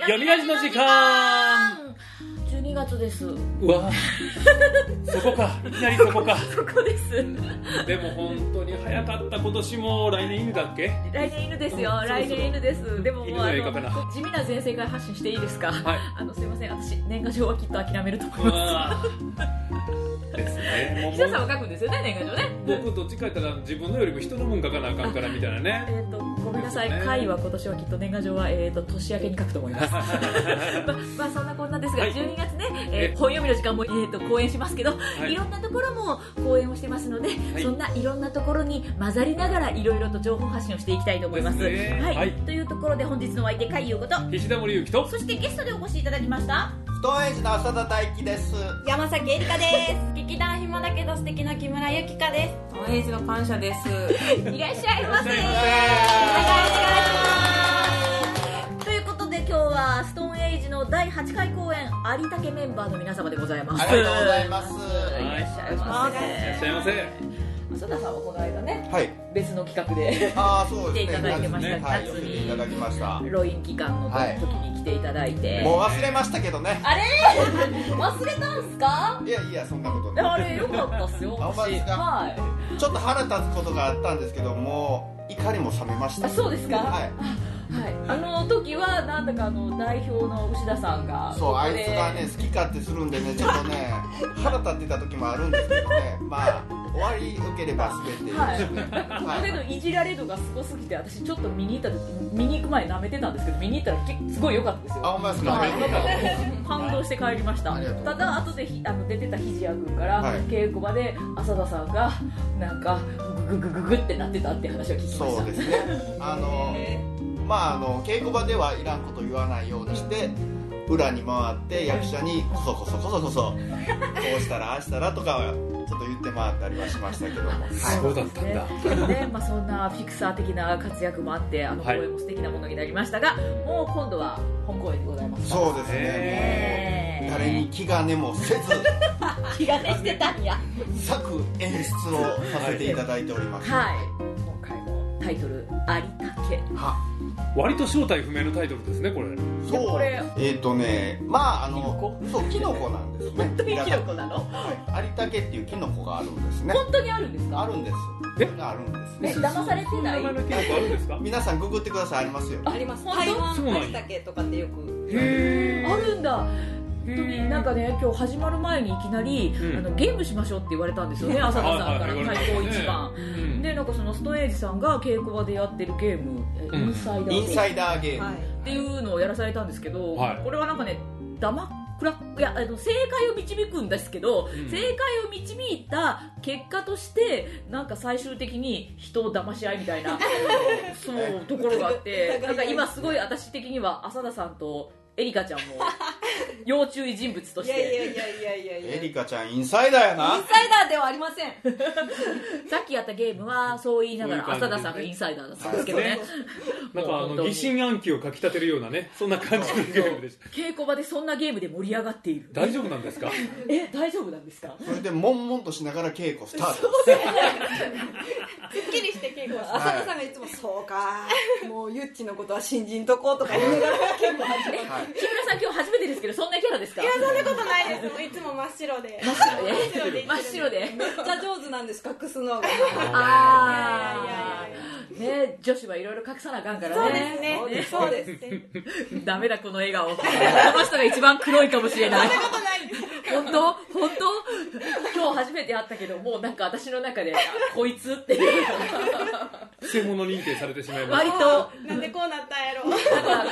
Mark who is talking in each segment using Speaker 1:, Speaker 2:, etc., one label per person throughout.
Speaker 1: 読みラジの時間
Speaker 2: 12月です
Speaker 1: うわそこかいきなりそこか
Speaker 2: そこです
Speaker 1: でも本当に早かった今年も来年犬だっけ
Speaker 2: 来年犬ですよ
Speaker 1: うん
Speaker 2: 来年犬ですでももうあ
Speaker 1: 犬の映画かな
Speaker 2: の地味な全盛会発信していいですか
Speaker 1: はい
Speaker 2: あのすいません私年賀状はきっと諦めると思いうます
Speaker 1: わ ですねもう
Speaker 2: 久さんは書くんですよね年賀状ね
Speaker 1: 僕どっちか言ったら自分のよりも人の分書かなあかんからみたいな
Speaker 2: え
Speaker 1: ね
Speaker 2: ー、とごめんなさい、
Speaker 1: ですね
Speaker 2: 会は今年はきっと年賀状は、えー、と年明けに書くと思い ますまあそんなこんなですが、
Speaker 1: はい
Speaker 2: 12月ね、
Speaker 1: え
Speaker 2: えー本読みの時間も、えー、と講演しますけど、
Speaker 1: い
Speaker 2: い、ろんなところも講演をしてますので、
Speaker 1: い
Speaker 2: そんないろんなところに混ざりながらいろいろと情報発信をしていきたいと思います
Speaker 1: ですね
Speaker 2: はい
Speaker 1: はい
Speaker 2: というところで本日のお相手海優こと
Speaker 1: 菱田森ゆきと
Speaker 2: そしてゲストでお越しいただきました
Speaker 3: ストーンエイジの浅田大輝です
Speaker 4: 山崎えりかです 劇団暇だけど素敵な木村ゆきかです
Speaker 5: オレンジの感謝です。
Speaker 2: いらっしゃいませ
Speaker 1: いらっしゃいま
Speaker 2: ということで今日はストーンエイジの第8回公演有竹メンバーの皆様でございます
Speaker 3: ありがとうございます
Speaker 2: いらっしゃいませ
Speaker 1: いらっしゃいませ
Speaker 2: 浅田さんはこの間ね
Speaker 3: はい
Speaker 2: 別の企画 で
Speaker 3: ああそうで
Speaker 2: 来て
Speaker 3: すね
Speaker 2: いただいてました
Speaker 3: ねはい
Speaker 2: 夏
Speaker 3: よ
Speaker 2: に
Speaker 3: く来ていただきました
Speaker 2: ロイン期間の
Speaker 3: はい
Speaker 2: 時に来ていただいて、
Speaker 3: もう忘れましたけどね
Speaker 4: あれ忘れたんすか
Speaker 3: いやいやそんなこと
Speaker 2: いや
Speaker 3: ない
Speaker 2: あれ良かったっすよ
Speaker 3: あほんま
Speaker 2: 私
Speaker 3: ですか
Speaker 2: は
Speaker 3: ちょっと腹立つことがあったんですけどもう怒りも冷めまし
Speaker 2: いあ
Speaker 3: た
Speaker 2: そうですか
Speaker 3: は
Speaker 2: はい、
Speaker 3: い
Speaker 2: あの時はなんだかあの代表の牛田さんが
Speaker 3: そう
Speaker 2: ここ
Speaker 3: あいつ
Speaker 2: で
Speaker 3: がね好き勝手するんでねちょっとね腹立ってた時もあるんですけど ねまあ終わりよければ全てよ ろしく
Speaker 2: ここでのいじられ度がすごすぎて私ちょっと見に行った時見に行く前舐めてたんですけど見に行ったらけすごい良かったですよ
Speaker 3: あほんまですか、
Speaker 2: はい
Speaker 3: ありがとう
Speaker 2: 感動して帰りました
Speaker 3: ありがとう
Speaker 2: ただ後でひあの出てた肘谷君から、
Speaker 3: はい
Speaker 2: 稽古場で浅田さんがなんかグググググってなってたって話を聞きました
Speaker 3: そうですねあのまああの稽古場ではいらんこと言わないようにして裏に回って役者にこそこそこそこそこうしたらああしたらとかはちょっと言って回ったりはしましたけども、はい、
Speaker 1: そうだったんだ
Speaker 2: ねまあ、そんなフィクサー的な活躍もあってあの公
Speaker 1: はい
Speaker 2: 演も素敵なものになりましたが、もう今度は本公演でございます
Speaker 3: そうですね
Speaker 2: え
Speaker 3: も
Speaker 2: ー
Speaker 3: う誰に気兼ねもせず
Speaker 4: 気がねしてたんや
Speaker 3: 作演出をさせていただいております
Speaker 2: はい今回もタイトル「有竹
Speaker 3: は
Speaker 1: 割と正体不明のタイトルですねこれ
Speaker 2: いや
Speaker 3: そ
Speaker 2: こ
Speaker 3: う
Speaker 2: れ
Speaker 3: えっ、とねまああ
Speaker 2: キノ
Speaker 3: の
Speaker 2: コ
Speaker 3: そうキノコなんですね
Speaker 2: 本当にキノコなの
Speaker 3: はい有竹っていうキノコがあるんです」ね
Speaker 2: 本当にあるんですか
Speaker 3: あるんです
Speaker 1: え
Speaker 3: あるんです
Speaker 2: え騙されてな
Speaker 1: 名
Speaker 2: い
Speaker 1: 前のキノコあるんですか
Speaker 3: 皆さんググってくださいありますよ
Speaker 5: あります。
Speaker 2: 本当
Speaker 5: 台
Speaker 1: そうなんや
Speaker 5: 湾秋竹とかってよく。
Speaker 1: へ
Speaker 2: あるんだ本当になんかね今日始まる前にいきなり、
Speaker 1: うん
Speaker 2: あのゲームしましょうって言われたんですよね浅田さんから開口一番、でなんかそのストエージさんが稽古場でやってるゲーム、え
Speaker 1: うん
Speaker 2: インサイダー
Speaker 3: インサ
Speaker 2: っ
Speaker 3: イダーゲーム、
Speaker 2: ていうのをやらされたんですけど、
Speaker 1: はい
Speaker 2: これはなんかねダマクラいやあの正解を導くんですけど、
Speaker 1: うん
Speaker 2: 正解を導いた結果としてなんか最終的に人を騙し合いみたいなそうところがあってなんか今すごい私的には浅田さんとエリカちゃんも要注意人物とし
Speaker 5: い
Speaker 2: て
Speaker 5: やいやいやいやいやいや。
Speaker 3: エリカちゃんインサイダーやな
Speaker 4: インサイダーではありません
Speaker 2: さっきやったゲームはそう言いながら
Speaker 1: そういう感
Speaker 2: 浅
Speaker 1: じ
Speaker 2: 田さんがインサイダーだったんですけどね
Speaker 1: なん
Speaker 2: もう
Speaker 1: かあ
Speaker 2: 本
Speaker 1: の
Speaker 2: 当に
Speaker 1: 疑心暗鬼をかきたてるようなねそんな感じのゲームでした
Speaker 2: 稽古場でそんなゲームで盛り上がっている
Speaker 1: 大丈夫なんですか
Speaker 2: え大丈夫なんですか
Speaker 3: それで悶々としながら稽古スター
Speaker 4: す
Speaker 3: ト
Speaker 4: っきりして稽古した
Speaker 5: 浅田さんがいつもそうか。もうゆっちのことは新人とこうとか言いな がら結構始まる。
Speaker 3: はい
Speaker 2: 木村さん今日初めてですけどそんなキャラですか
Speaker 4: いやそんなことないですもういつも真っ白で
Speaker 2: 真っ白で
Speaker 4: 真っ白で
Speaker 2: 真っ白で
Speaker 5: めっちゃ上手なんです隠すのが。
Speaker 2: あ
Speaker 4: いやいやいや
Speaker 2: ーね女子はいろいろ隠さなあかんから
Speaker 4: そうです
Speaker 2: ね
Speaker 4: ね
Speaker 5: そうですそうです。
Speaker 2: ダメだこの笑顔この人が一番黒いかもしれない
Speaker 4: そんなことないです
Speaker 2: 本当本当今日初めて会ったけどもうなんか私の中であこいつっていう
Speaker 1: 偽物認定されてしまいま
Speaker 2: 割
Speaker 1: し
Speaker 2: と
Speaker 4: なんでこうなったんやろ
Speaker 2: だから、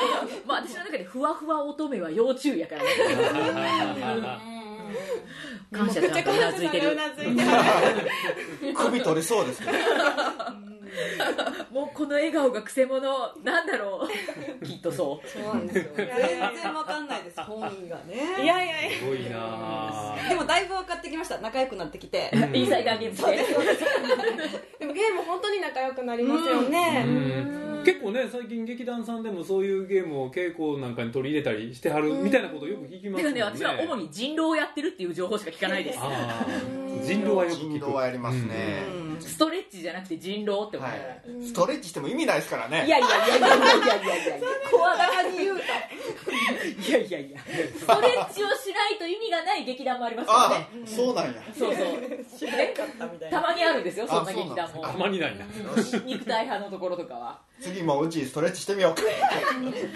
Speaker 2: まあ、私の中でふわふわ乙女は要注意やからね
Speaker 1: た
Speaker 2: 感謝ちゃんとうなずいて
Speaker 4: う
Speaker 2: る
Speaker 4: なずいてる
Speaker 3: 首取れそうですけど
Speaker 2: もうこの笑顔がくせ者なんだろうきっとそ
Speaker 5: そうなんですよ。全然わかんないです本意がね。
Speaker 4: いやいやいや
Speaker 1: すごいな
Speaker 5: でもだいぶ分かってきました。仲良くなってきて。
Speaker 2: うインサイダーゲームで
Speaker 4: でもゲーム本当に仲良くなりますよね、
Speaker 1: うん結構ね最近劇団さんでもそういうゲームを稽古なんかに取り入れたりしてはるみたいなことよく聞きま
Speaker 2: てか
Speaker 1: すも
Speaker 2: ね
Speaker 1: んね
Speaker 2: 私は主に人狼をやってるっていう情報しか聞かないです
Speaker 1: あー人狼はよく
Speaker 3: 人
Speaker 1: 聞く
Speaker 3: 狼はやります
Speaker 5: う
Speaker 3: ね、
Speaker 5: ん。
Speaker 2: ストレッチじゃなくて人狼って思
Speaker 3: は
Speaker 2: う、
Speaker 3: い、ストレッチしても意味ないですからね
Speaker 2: いやいやいやいやいやいやいやいや怖が
Speaker 5: たまに言うた。
Speaker 2: いやいやいやストレッチをしないと意味がない劇団もありますから
Speaker 3: あ
Speaker 2: ね
Speaker 3: あそうなんや
Speaker 2: そうそう
Speaker 5: 知らんかったみたい
Speaker 2: た
Speaker 5: な
Speaker 2: まにあるんですよそんな
Speaker 3: あそう
Speaker 2: 劇
Speaker 3: なん
Speaker 2: 団
Speaker 1: た
Speaker 2: も
Speaker 1: まにないな
Speaker 2: 肉体派のところとかは
Speaker 3: 次もうちストレッチしてみようか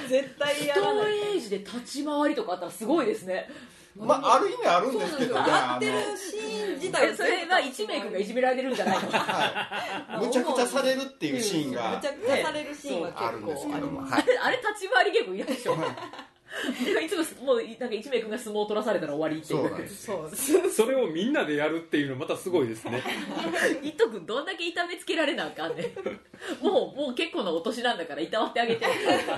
Speaker 5: 絶対や
Speaker 2: スト
Speaker 5: らない
Speaker 2: レージで立ち回りとかあったらすごいですね
Speaker 3: まあある意味あるんですけどね
Speaker 5: 合
Speaker 3: あ
Speaker 5: ってるシーン自体
Speaker 2: えそれは一名君がいじめられてるんじゃないのあ
Speaker 3: のむちゃくちゃされるっていうシーン
Speaker 5: む
Speaker 3: が
Speaker 5: ちゃくちゃされるシーンは結構
Speaker 3: あるんですけ
Speaker 5: あり
Speaker 3: ど
Speaker 5: ま
Speaker 3: も
Speaker 5: す
Speaker 3: はい
Speaker 2: れ あれ立ち回り結構嫌でしょでもいつももうなんか一名君が相撲を取らされたら終わりってい
Speaker 3: そう
Speaker 2: う
Speaker 3: なんです
Speaker 5: そうです
Speaker 1: それをみんなでやるっていうのまたすごいですね
Speaker 2: 一斗君どんだけ痛めつけられなあかんねんもうもう結構なお年なんだからいたわってあげて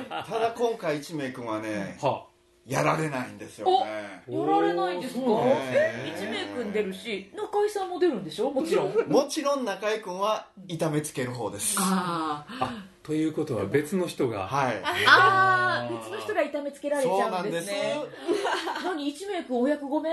Speaker 3: ただ今回一名君はね
Speaker 1: は
Speaker 3: やられないんですよね
Speaker 2: や
Speaker 1: お
Speaker 2: られないんですか
Speaker 1: そう
Speaker 3: なんです
Speaker 2: え
Speaker 3: ね
Speaker 2: 一名君出るし中井さんも出るんでしょもちろん
Speaker 3: もちろん中居君は痛めつける方ですは
Speaker 2: あー
Speaker 1: ということは別の人が
Speaker 3: い
Speaker 2: あー別の人が痛めつけられち
Speaker 3: そう
Speaker 2: ゃ
Speaker 3: な
Speaker 2: うん
Speaker 3: ん
Speaker 2: で
Speaker 3: ですす
Speaker 2: ね何一名君お役御免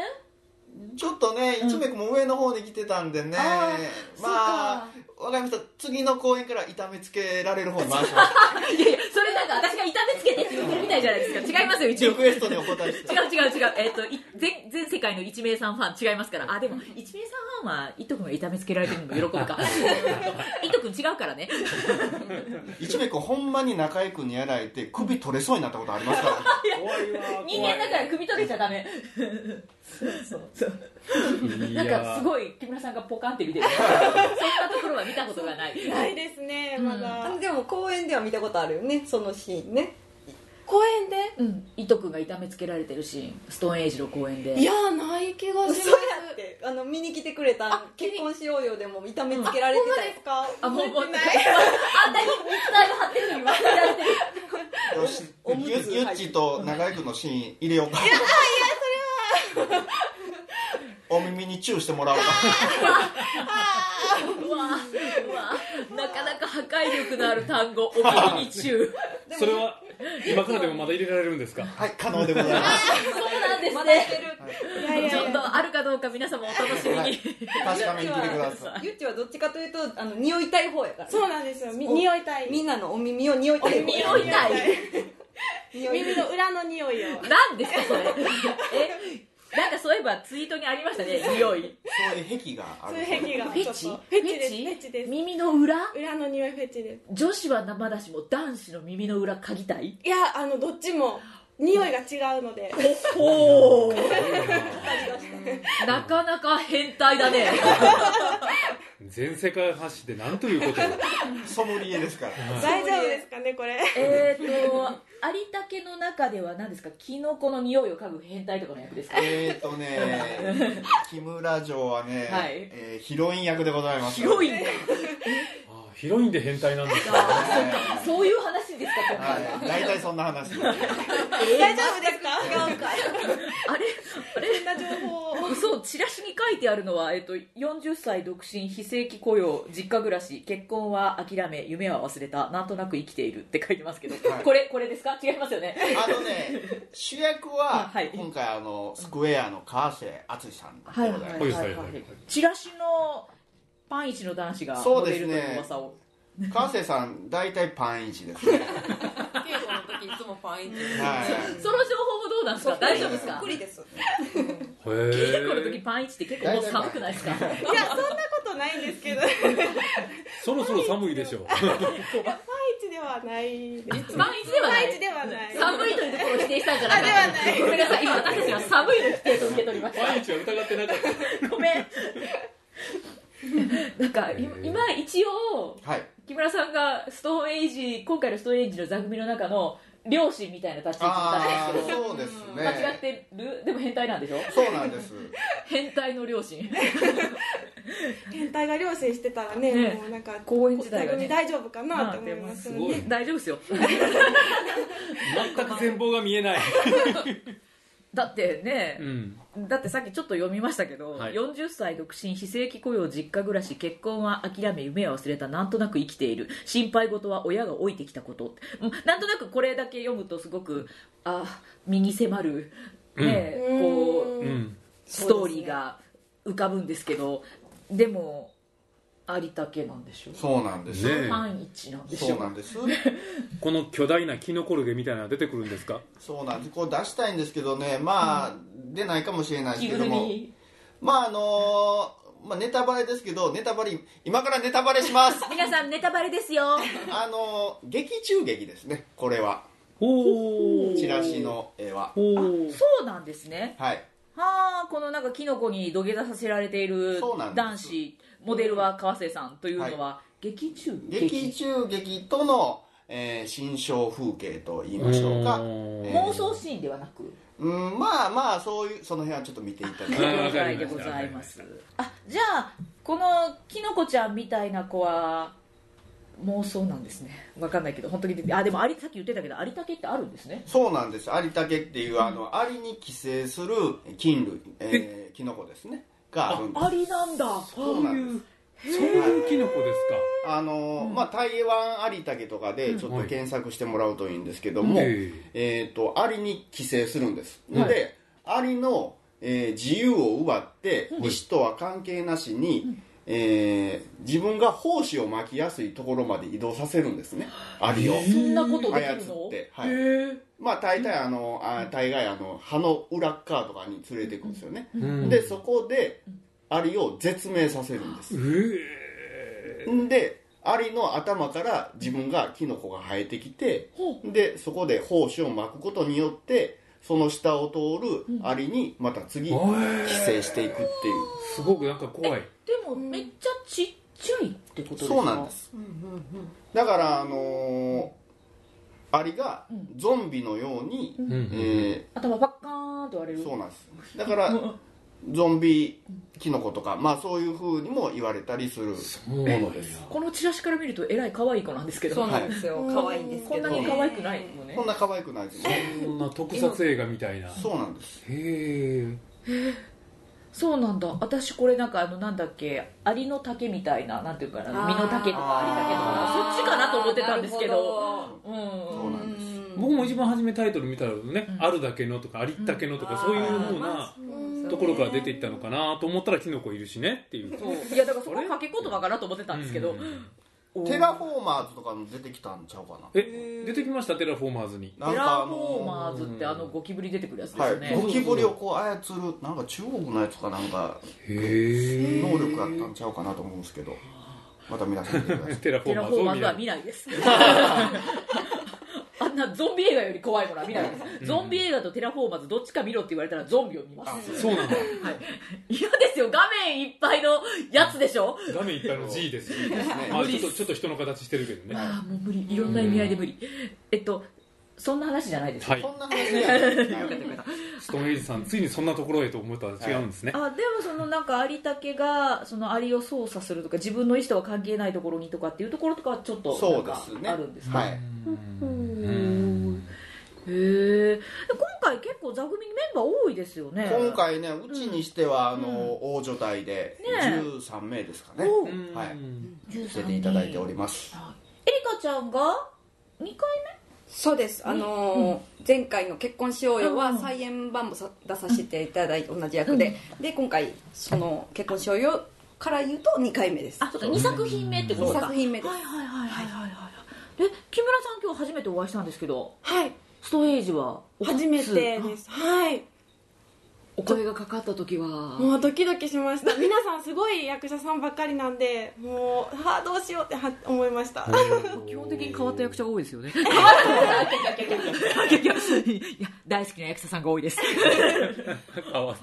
Speaker 3: ちょっとね一名君も上の方に来てたんでね
Speaker 2: あー
Speaker 3: まあわかりました次の公演から痛めつけられる方に回しま
Speaker 2: いやいやそれなんか私が痛めつけてって言ってるみたいじゃないですか違いますよ
Speaker 3: す
Speaker 2: 一応
Speaker 3: リクエストにお答えして
Speaker 2: 違う違う違う、えっとい全全世界の一名さんファン違いますからあでも一名さんファンは伊藤君が痛めつけられてるのも喜ぶ か伊藤君違うからね
Speaker 3: 一名君ほんまに中居君にやられて首取れそうになったことありますから
Speaker 1: 怖いわ怖い
Speaker 2: 人間だから汲み取れちゃダメ
Speaker 1: い
Speaker 2: なん
Speaker 1: や
Speaker 2: かすごい木村さんがポカンって見てるそんなところは見たことがない
Speaker 4: ないですね
Speaker 2: ま
Speaker 4: ま
Speaker 2: だ
Speaker 4: だ、
Speaker 5: あでも公園では見たことあるよねそのシーンね
Speaker 4: 公園で
Speaker 2: うん伊藤君が痛めつけられてるシーンストーンエイジの公演で
Speaker 4: いやない気がしま
Speaker 5: 嘘
Speaker 4: す
Speaker 5: やってあの見に来てくれた
Speaker 4: あ
Speaker 5: 結婚しようよでも痛めつけられて
Speaker 4: ほんま
Speaker 5: た
Speaker 4: で
Speaker 5: り
Speaker 4: すか
Speaker 2: あもうもうあ
Speaker 4: 覚
Speaker 2: ん
Speaker 4: えて
Speaker 2: た
Speaker 4: な
Speaker 2: に
Speaker 4: い
Speaker 2: 肉体が張ってるのに笑られてる
Speaker 3: よし
Speaker 5: おむつ
Speaker 3: ゆゆっちと中居君のシーン入れようかいやいやそれはお耳にチューしてもらおうか
Speaker 2: うわうわなかなか破壊力のある単語お耳に中
Speaker 1: それは今からでもまだ入れられるんですか
Speaker 3: はい可能でございます
Speaker 2: そうなんです
Speaker 5: まだ
Speaker 2: ね
Speaker 5: いけ
Speaker 4: い
Speaker 5: る
Speaker 4: やいやい
Speaker 2: ちょっ
Speaker 4: や
Speaker 2: とあるかどうか皆様お楽しみ
Speaker 3: はい
Speaker 2: に。
Speaker 3: 確かめに来てください
Speaker 5: ゆっちはどっちかというとあの匂いたい方やから
Speaker 4: そうなんですよみ匂いたい
Speaker 5: みんなのお耳を匂いたい方
Speaker 2: 匂いたい。
Speaker 5: 匂い
Speaker 4: 耳の裏の匂いを
Speaker 2: なんですかそれ。え、なんかそういえばツイートにありましたね。匂い。
Speaker 3: そういう癖があ
Speaker 4: そ
Speaker 3: る
Speaker 4: ういう癖が
Speaker 2: フェ
Speaker 4: ち
Speaker 2: チ
Speaker 4: ょっ？とフェチですフェチです
Speaker 2: 耳の裏？
Speaker 4: 裏の匂いフェチです
Speaker 2: 女子は生だしも男子の耳の裏嗅ぎたい。
Speaker 4: いやあのどっちも匂いが違うので
Speaker 2: ほ
Speaker 5: がした
Speaker 2: う。なかなか変態だね。
Speaker 1: 全世界発信でなんということを
Speaker 3: ソムリエですから
Speaker 4: 大丈夫ですかねこれ
Speaker 2: えっと、有田家の中では何ですか？キノコの匂いを嗅ぐ変態とかの役ですか？
Speaker 3: えーとね木村城はね、
Speaker 2: はい
Speaker 3: えーヒロイン役でございます
Speaker 2: 広
Speaker 3: ン
Speaker 2: いんだ。
Speaker 1: ああヒロインで変態なんですか
Speaker 2: あーそっかそういう話ですか今回は。
Speaker 3: はい大体そんな話です
Speaker 4: 大丈夫ですか
Speaker 5: 違うか
Speaker 2: あれあれ
Speaker 4: そんな情報を
Speaker 2: そうチラシに書いてあるのは、えっと、40歳独身非正規雇用実家暮らし結婚は諦め夢は忘れたなんとなく生きているって書いてますけど、
Speaker 3: はい
Speaker 2: これこれですか違いますよね
Speaker 3: あのね主役は
Speaker 2: はい
Speaker 3: 今回あのスクエアの川瀬敦さんでございます、
Speaker 1: はいはいはいはい
Speaker 2: チラシのパンイチの男子が
Speaker 3: そ
Speaker 2: モ
Speaker 3: う
Speaker 2: デ
Speaker 3: です
Speaker 2: ル
Speaker 3: ね
Speaker 2: という噂を、
Speaker 3: 川瀬さん大体パンイチですね
Speaker 6: 稽古の時いつもファンインチ
Speaker 3: はい
Speaker 2: その情報もどうなんですか大丈夫です
Speaker 5: そっ
Speaker 2: か
Speaker 5: くりです
Speaker 1: へ
Speaker 2: 稽古の時
Speaker 1: え
Speaker 2: パンイチって結構もう寒くないです
Speaker 4: い
Speaker 2: か
Speaker 4: やそんなことないんですけどファイ
Speaker 1: そろそろ寒いでしょう
Speaker 4: チではないですフ
Speaker 2: パンイチではな
Speaker 4: ァイチ
Speaker 2: い
Speaker 4: ではない
Speaker 2: 寒いというところを否定したんじゃない
Speaker 4: あではない
Speaker 2: ごめんなさい今私たちは寒いの否定と受け取りました
Speaker 1: 毎日は疑ってなかった
Speaker 2: ごめん。 なんかい今一応
Speaker 3: はい
Speaker 2: 木村さんがストーンエイジ今回のストーンエイジの座組の中の両親みたいな立ち位置だったんです
Speaker 3: ー
Speaker 2: けど。
Speaker 3: そうですね
Speaker 2: 間違ってるでも変態なんでしょ
Speaker 3: そうなんです
Speaker 2: 変態の両 親
Speaker 4: 変態が両親してたらね
Speaker 2: ね
Speaker 4: もうなんか
Speaker 2: 公園自体が
Speaker 4: 最
Speaker 2: ね
Speaker 4: 後に大丈夫かなって思いますよ
Speaker 1: まあでもすごい
Speaker 4: ね
Speaker 2: 大丈夫ですよ
Speaker 1: 全く全貌が見えない
Speaker 2: だってね
Speaker 1: う、ん
Speaker 2: だってさっきちょっと読みましたけど、
Speaker 1: はい
Speaker 2: 40歳独身非正規雇用実家暮らし結婚は諦め夢は忘れたなんとなく生きている心配事は親が老いてきたことうんなんとなくこれだけ読むとすごくあ身に迫る、ね
Speaker 4: うん
Speaker 2: こう
Speaker 1: うん
Speaker 2: ストーリーが浮かぶんですけどでも有田家なんでしょう
Speaker 3: そうなんです
Speaker 1: ねえ
Speaker 2: 三一なんでし
Speaker 3: そ
Speaker 2: ょ
Speaker 3: うなんです
Speaker 1: この巨大なキノコルゲみたいなのが出てくるんですか
Speaker 3: そうなんですこれ出したいんですけどねまあ、出ないかもしれないです
Speaker 2: 着ぐ
Speaker 3: けど
Speaker 2: る
Speaker 3: も
Speaker 2: み
Speaker 3: まああのーまあ、ネタバレですけどネタバレ今からネタバレします
Speaker 2: 皆さんネタバレです よ
Speaker 3: あのー劇中劇ですねこれは
Speaker 1: おお
Speaker 3: チラシの絵は
Speaker 1: おお
Speaker 2: そうなんですね
Speaker 3: はい
Speaker 2: はあこのなんかキノコに土下座させられている
Speaker 3: そうなんです
Speaker 2: 男子モデルは川瀬さんというのは劇中
Speaker 3: 劇中劇との、えー新象風景と言いましょうか
Speaker 1: うーん
Speaker 3: えー
Speaker 2: 妄想シーンではなく
Speaker 3: うんまあまあそういうその辺はちょっと見ていただいて
Speaker 1: あー
Speaker 2: で
Speaker 1: わ
Speaker 2: ご
Speaker 1: か
Speaker 2: ざ
Speaker 1: り
Speaker 2: い
Speaker 1: ました
Speaker 2: ますあじゃあこのきのこちゃんみたいな子は妄想なんですねわかんないけど本当にあでも有さっき言ってたけど有田家ってあるんですね
Speaker 3: そうなんです有田家っていうあのアリに寄生する菌類、えー、キノコですねがあるんです
Speaker 2: ありなんだ
Speaker 3: そうなんです
Speaker 1: そういうキノコですか
Speaker 3: あのーまあ台湾有田家とかでちょっと
Speaker 1: はい
Speaker 3: 検索してもらうといいんですけども、
Speaker 1: ええ
Speaker 3: えっ、とアリに寄生するんです、
Speaker 1: はい
Speaker 3: でアリの、えー自由を奪って医師とは関係なしに、えー自分が胞子を巻きやすいところまで移動させるんですねアリを
Speaker 2: そんなことで
Speaker 3: 操
Speaker 2: きるの
Speaker 3: って、はいまあ大体あのあ大概あの葉の裏っ側とかに連れていくんですよね、
Speaker 1: うん
Speaker 3: でそこでアリを絶命させるんです
Speaker 1: ええ
Speaker 3: んでアリの頭から自分がキノコが生えてきて
Speaker 2: ほ
Speaker 3: でそこで胞子を巻くことによってその下を通るアリにまた次寄生していくっていう、
Speaker 1: すごくなんか怖い
Speaker 2: でもめっちゃちっちゃいってことですか
Speaker 3: そうなんですだからあのーアリがゾンビのように、
Speaker 1: うん
Speaker 3: え
Speaker 2: 頭パッカーンって割れ
Speaker 3: ー
Speaker 2: る
Speaker 3: そうなんですだからゾンビキノコとかまあそういうふうにも言われたりする
Speaker 1: も
Speaker 3: ものです
Speaker 2: このチラシから見るとえらい可愛い子なんですけど
Speaker 6: そう
Speaker 2: こ
Speaker 6: なんですよ、
Speaker 5: 可愛いんですけ
Speaker 2: ん
Speaker 5: ど
Speaker 2: なに可愛くないのね
Speaker 3: こんな可愛くないですね
Speaker 1: そんな特撮映画みたいな
Speaker 3: そうなんです
Speaker 1: へえ
Speaker 2: そうなんだ私これなんかあのなんだっけアリの竹みたいななんていうかな
Speaker 5: あー
Speaker 2: 実の竹とかアリ竹とか
Speaker 6: あー
Speaker 2: そっちかなと思ってたんですけど
Speaker 6: なるほ
Speaker 2: う
Speaker 3: そうなん
Speaker 2: ん
Speaker 3: です
Speaker 1: 僕も一番初めタイトル見たらね
Speaker 2: う
Speaker 1: 「
Speaker 2: ん
Speaker 1: あるだけの」とか「ありったけの」とか
Speaker 6: うん
Speaker 1: そういうような
Speaker 5: うん
Speaker 1: ところから出ていったのかなと思ったらキノコいるしねっていう
Speaker 2: そういやだからそこは掛け言葉かなと思ってたんですけど、
Speaker 1: うん
Speaker 2: おー
Speaker 3: テラフォーマーズとかも出てきたんちゃうかな
Speaker 1: え出てきましたテラフォーマーズに
Speaker 3: なん
Speaker 2: テ
Speaker 3: か
Speaker 2: ラ
Speaker 3: あ
Speaker 2: フ
Speaker 3: の
Speaker 2: ォーマーズってあのゴキブリ出てくるやつですよね、
Speaker 3: はい、ゴキブリをこう操るなんか中国のやつかなんか
Speaker 1: へえ
Speaker 3: 能力があったんちゃうかなと思うんですけどまた皆さん見てください
Speaker 1: テラフォ
Speaker 2: テ
Speaker 1: ー
Speaker 2: ラ
Speaker 1: マ
Speaker 2: フ
Speaker 1: ー
Speaker 2: ォー
Speaker 1: ズを
Speaker 2: マーズ
Speaker 1: 見な
Speaker 2: はい見ないです あんなゾンビ映画より怖いものは見ないですゾンビ映画とテラフォーマーズどっちか見ろって言われたらゾンビを見ます
Speaker 1: そうなんだ
Speaker 2: 嫌ですよ画面いっぱいのやつでしょ
Speaker 1: 画面いったの G ですまあちょっとちょっと人の形してるけどね
Speaker 2: ああもう無理いろんな意味合いで無理、えっとそんな話じゃないです、
Speaker 1: はい
Speaker 3: そんな話じゃないです
Speaker 2: よかった
Speaker 3: は
Speaker 2: よかった
Speaker 1: ストーンエイジさんついにそんなところへと思ったら違うんですね
Speaker 2: あでもそのなんか有田家がそのアリを操作するとか自分の意思とは関係ないところにとかっていうところとかはちょっと
Speaker 3: そ
Speaker 2: な
Speaker 3: うんで
Speaker 2: か
Speaker 3: すね
Speaker 2: あるんですか
Speaker 3: はい
Speaker 1: うん
Speaker 2: へえで今回結構座組メンバー多いですよね
Speaker 3: 今回ねうちにしてはあの、大所帯で
Speaker 2: ねえ
Speaker 3: 13名ですかね
Speaker 2: おう
Speaker 1: うん
Speaker 3: はい
Speaker 2: 出
Speaker 3: 出ていただいております
Speaker 2: エリカちゃんが2回
Speaker 5: そうですあのー前回の「結婚しよう
Speaker 2: う
Speaker 5: よ」
Speaker 2: ん
Speaker 5: は再演版もさ出させていただいて同じ役でで今回その「結婚しようよ」から言うと2回目です
Speaker 2: あそうか2作品目ってことか
Speaker 5: 二作品目です
Speaker 2: はいはいはいはいはいはいで木村さん今日初めてお会いしたんですけど
Speaker 5: はい
Speaker 2: ストエイジはお初
Speaker 5: 初めてですはい
Speaker 2: お声がかかった時は
Speaker 7: もうドキドキしました皆さんすごい役者さんばっかりなんでもうあーどうしようっては思いました
Speaker 2: 基本的に変わった役者が多いですよね。いや、大好きな役者さんが多いです。
Speaker 1: かわ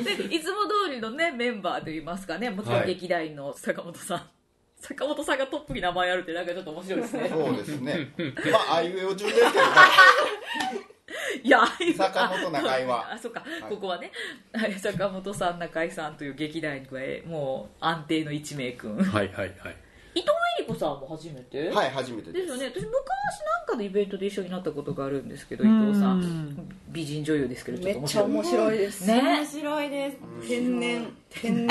Speaker 1: い
Speaker 2: で、いつも通りのね、メンバーといいますかね、もちろ
Speaker 1: は
Speaker 2: ん
Speaker 1: い
Speaker 2: 劇団員の坂本さん。坂本さんがトップに名前あるってなんかちょっと面白いです ね。
Speaker 3: そうですねまああいうえお順ですけどね
Speaker 2: いや、
Speaker 3: 坂本中井 は
Speaker 2: あ、そうか、
Speaker 3: い
Speaker 2: ここはね、はい坂本さん、中井さんという劇団員に加え、もう安定の一名君。
Speaker 1: はいはいはい
Speaker 2: 伊藤恵理子さんも初めて
Speaker 3: はい初めて
Speaker 2: で
Speaker 3: です
Speaker 2: よ
Speaker 3: す
Speaker 2: ね私昔なんかのイベントで一緒になったことがあるんですけど伊
Speaker 1: うん
Speaker 2: 藤さん美人女優ですけど
Speaker 5: めっちゃ面
Speaker 2: い
Speaker 5: 白いです
Speaker 2: ね
Speaker 7: 面白いです
Speaker 5: 天然天然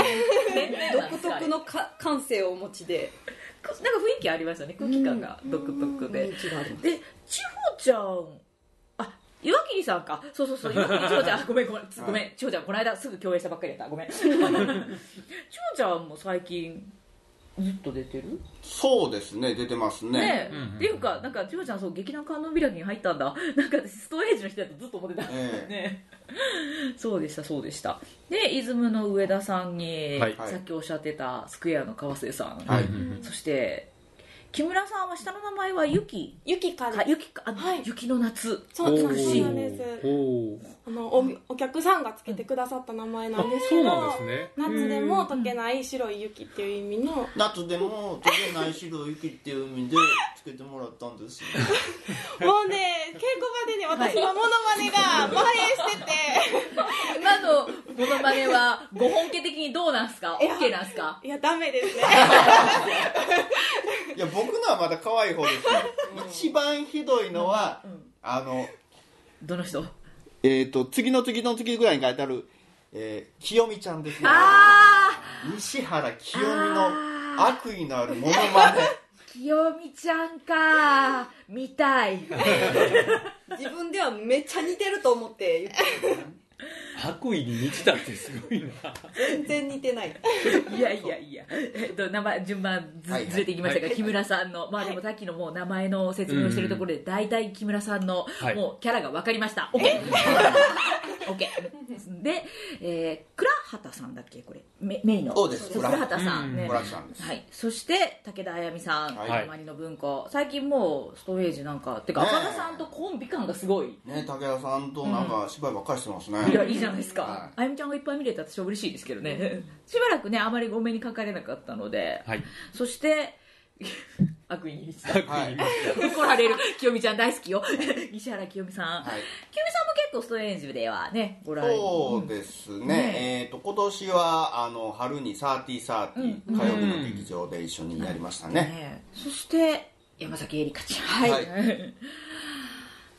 Speaker 5: 独特
Speaker 2: なんか
Speaker 5: のか感性をお持ちで
Speaker 2: 雰囲気ありましたね空気感が独特で
Speaker 5: 人気があります
Speaker 2: で千穂ちゃんあ岩切さんかそう そうそう岩切千穂ちゃんあごめんごめんごめん 千穂ちゃんこの間すぐ共演したばっかりだったごめん千穂ちゃんも最近ずっと出てる
Speaker 3: そうですね出てますね
Speaker 2: ねえ、
Speaker 1: うんうん
Speaker 2: っていうかなんか千葉ちゃんそう劇団観音開きに入ったんだなんか私ストレージの人だとずっと思ってた、
Speaker 3: ええ
Speaker 2: ねえそうでしたそうでしたで出雲の上田さんに、
Speaker 1: はい
Speaker 2: さっきおっしゃってたスクエアの川瀬さん、
Speaker 3: はい
Speaker 1: うん
Speaker 2: そして木村さんは下の名前はゆき
Speaker 7: ゆきか
Speaker 2: あ
Speaker 7: ら
Speaker 2: ゆきかあ
Speaker 7: はい
Speaker 2: 雪の夏
Speaker 7: そうなんで
Speaker 2: 美
Speaker 7: す
Speaker 2: しい
Speaker 7: そうなんです
Speaker 1: おお
Speaker 7: あのおお客さんがつけてくださった名前
Speaker 1: あ
Speaker 7: なんですけ
Speaker 1: そ
Speaker 7: ど
Speaker 1: うなんですね
Speaker 7: 夏でも溶けない白い雪っていう意味の
Speaker 3: 夏でも溶けない白い雪っていう意味でつけてもらったんですよ
Speaker 7: もうね稽古場でね私のモノマネが蔓延してて、
Speaker 2: 今のモノマネはご本家的にどうなんすか
Speaker 7: いや
Speaker 2: OK なんすか
Speaker 7: いやダメですね
Speaker 3: いや僕のはまだ可愛い方ですよ一番ひどいのはあの
Speaker 2: どの人
Speaker 3: えっ、と次の次の次ぐらいに書いてある、えー、清美ちゃんですね
Speaker 2: ああ
Speaker 3: 西原清美の悪意のあるモノマネ
Speaker 2: 清美ちゃんか見たい
Speaker 5: 自分ではめっちゃ似てると思って言って
Speaker 1: 白衣に満ちたってすごいな
Speaker 5: 全然似てない
Speaker 2: いやいやいや、えっと、名前順番ず,、
Speaker 3: はいはい
Speaker 2: ずれていきましたが、木村さんの、まあでもさっきのもう名前の説明をしてるところで、大体木村さんの、
Speaker 1: はい
Speaker 2: もうキャラが分かりました。OK! OK で、えー、倉畑さんだっけ、これ、メメインの。
Speaker 3: そうです
Speaker 2: 倉畑さ。
Speaker 1: うん ん
Speaker 2: ね
Speaker 3: 村木さんです
Speaker 2: はい、そして武田あやみさん、
Speaker 3: はい
Speaker 2: たまにの文庫最近もうストレージなんかてか
Speaker 3: ねえ
Speaker 2: 浅田さんとコンビ感がすごい
Speaker 3: ね武田さんとなんか芝居ばっかりしてますね、
Speaker 2: いやいいじゃないですか、
Speaker 3: は
Speaker 2: あやみちゃんがいっぱい見れて私は嬉しいですけどね しばらくねあまりごめんにかかれなかったので
Speaker 1: はい
Speaker 2: そして、 悪意に満ち
Speaker 1: 白衣に満ち
Speaker 2: た。怒られる。清美ちゃん大好きよ。 西原清美さん。
Speaker 3: はい
Speaker 2: 清美さんも結構ストレンジではね、ご来
Speaker 3: そうですね、
Speaker 2: ね
Speaker 3: えっ、と今年はあの春にサーティサーティ火曜日の劇場で一緒にやりましたね、
Speaker 2: ねそして、山崎絵里香ちゃん。はい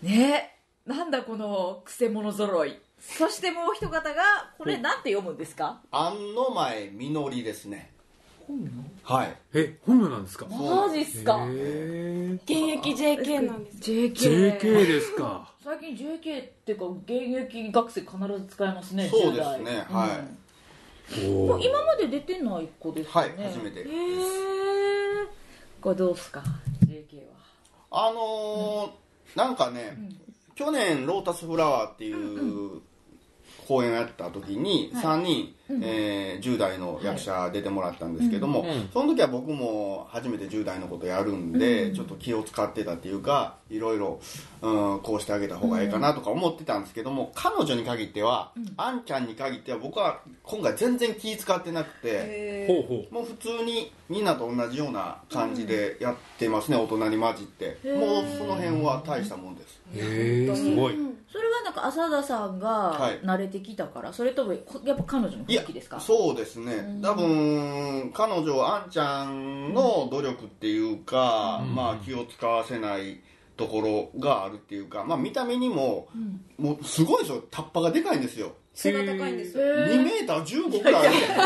Speaker 2: ねなんだこの、くせ者揃い。そしてもう一方が、これなんて読むんですか
Speaker 3: 庵の前みのりですねはい
Speaker 1: え本名なんですか
Speaker 2: マジっすか
Speaker 1: へえ
Speaker 7: 現役 JK なんです
Speaker 2: JK。
Speaker 1: JK ですか
Speaker 2: 最近 JK っていうか、現役学生必ず使いますね。
Speaker 3: そうです
Speaker 2: 10
Speaker 3: ね
Speaker 2: 代
Speaker 3: はい
Speaker 2: うん
Speaker 1: おー
Speaker 2: 今まで出てない子ですよね
Speaker 3: はい初めて
Speaker 2: へ
Speaker 3: です
Speaker 2: えこれどうっすか JK は
Speaker 3: あのーなんかね、去年ロータスフラワーっていう公演をやった時に3人、えー10代の役者出てもらったんですけども、
Speaker 1: うんうん
Speaker 3: その時は僕も初めて10代のことやるんで、ちょっと気を使ってたっていうかいろいろ、うん、こうしてあげた方がいいかなとか思ってたんですけども彼女に限っては、あんちゃんに限っては僕は今回全然気使ってなくて。
Speaker 1: ほうほ
Speaker 3: もう普通にみんなと同じような感じでやってますね、大人に混じってもうその辺は大したもんです
Speaker 1: うへえすごい
Speaker 2: それはなんか浅田さんが
Speaker 3: はい
Speaker 2: 慣れてきたから、それともやっぱ彼女の
Speaker 3: い
Speaker 2: 雰
Speaker 3: や
Speaker 2: 囲気ですか
Speaker 3: そうですね多分彼女あんちゃんの努力っていうか、まあ気を使わせないところがあるっていうか、まあ、見た目にも、もうすごいですよタッパがでかいんですよ
Speaker 5: 背が高いんですよ
Speaker 3: 2メーター1 5くらいある
Speaker 5: ないな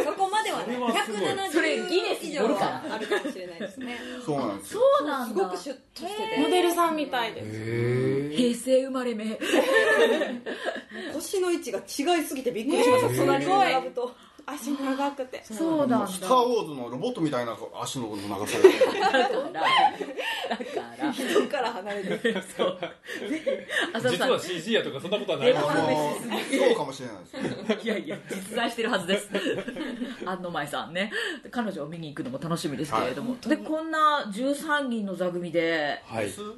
Speaker 5: いそこまではない
Speaker 1: それはすごい
Speaker 2: それギネ
Speaker 5: 170
Speaker 2: ス
Speaker 5: 以
Speaker 2: に
Speaker 5: 上
Speaker 2: 乗るから
Speaker 5: はあるかもしれないですね
Speaker 3: そうなんですよ
Speaker 2: そうなんだ
Speaker 5: すごくシュッとして
Speaker 7: モ
Speaker 5: て
Speaker 7: デルさんみたいです
Speaker 1: へえ
Speaker 2: 平成生まれ目
Speaker 5: 腰の位置が違いすぎてびっくりしました隣に並ぶと
Speaker 7: 足長くて
Speaker 2: そうなんだ
Speaker 3: スター・ウォーズのロボットみたいな足の長さ で
Speaker 2: だからだから
Speaker 5: 人から離れて
Speaker 2: そう浅田
Speaker 1: 実
Speaker 2: さん
Speaker 1: は CG やとかそんなことはない
Speaker 2: え
Speaker 3: あのそうかもしれないです
Speaker 2: いやいや実在してるはずです安野舞さんね彼女を見に行くのも楽しみですけれども、でこんな13人の座組で
Speaker 1: はい
Speaker 3: です
Speaker 2: も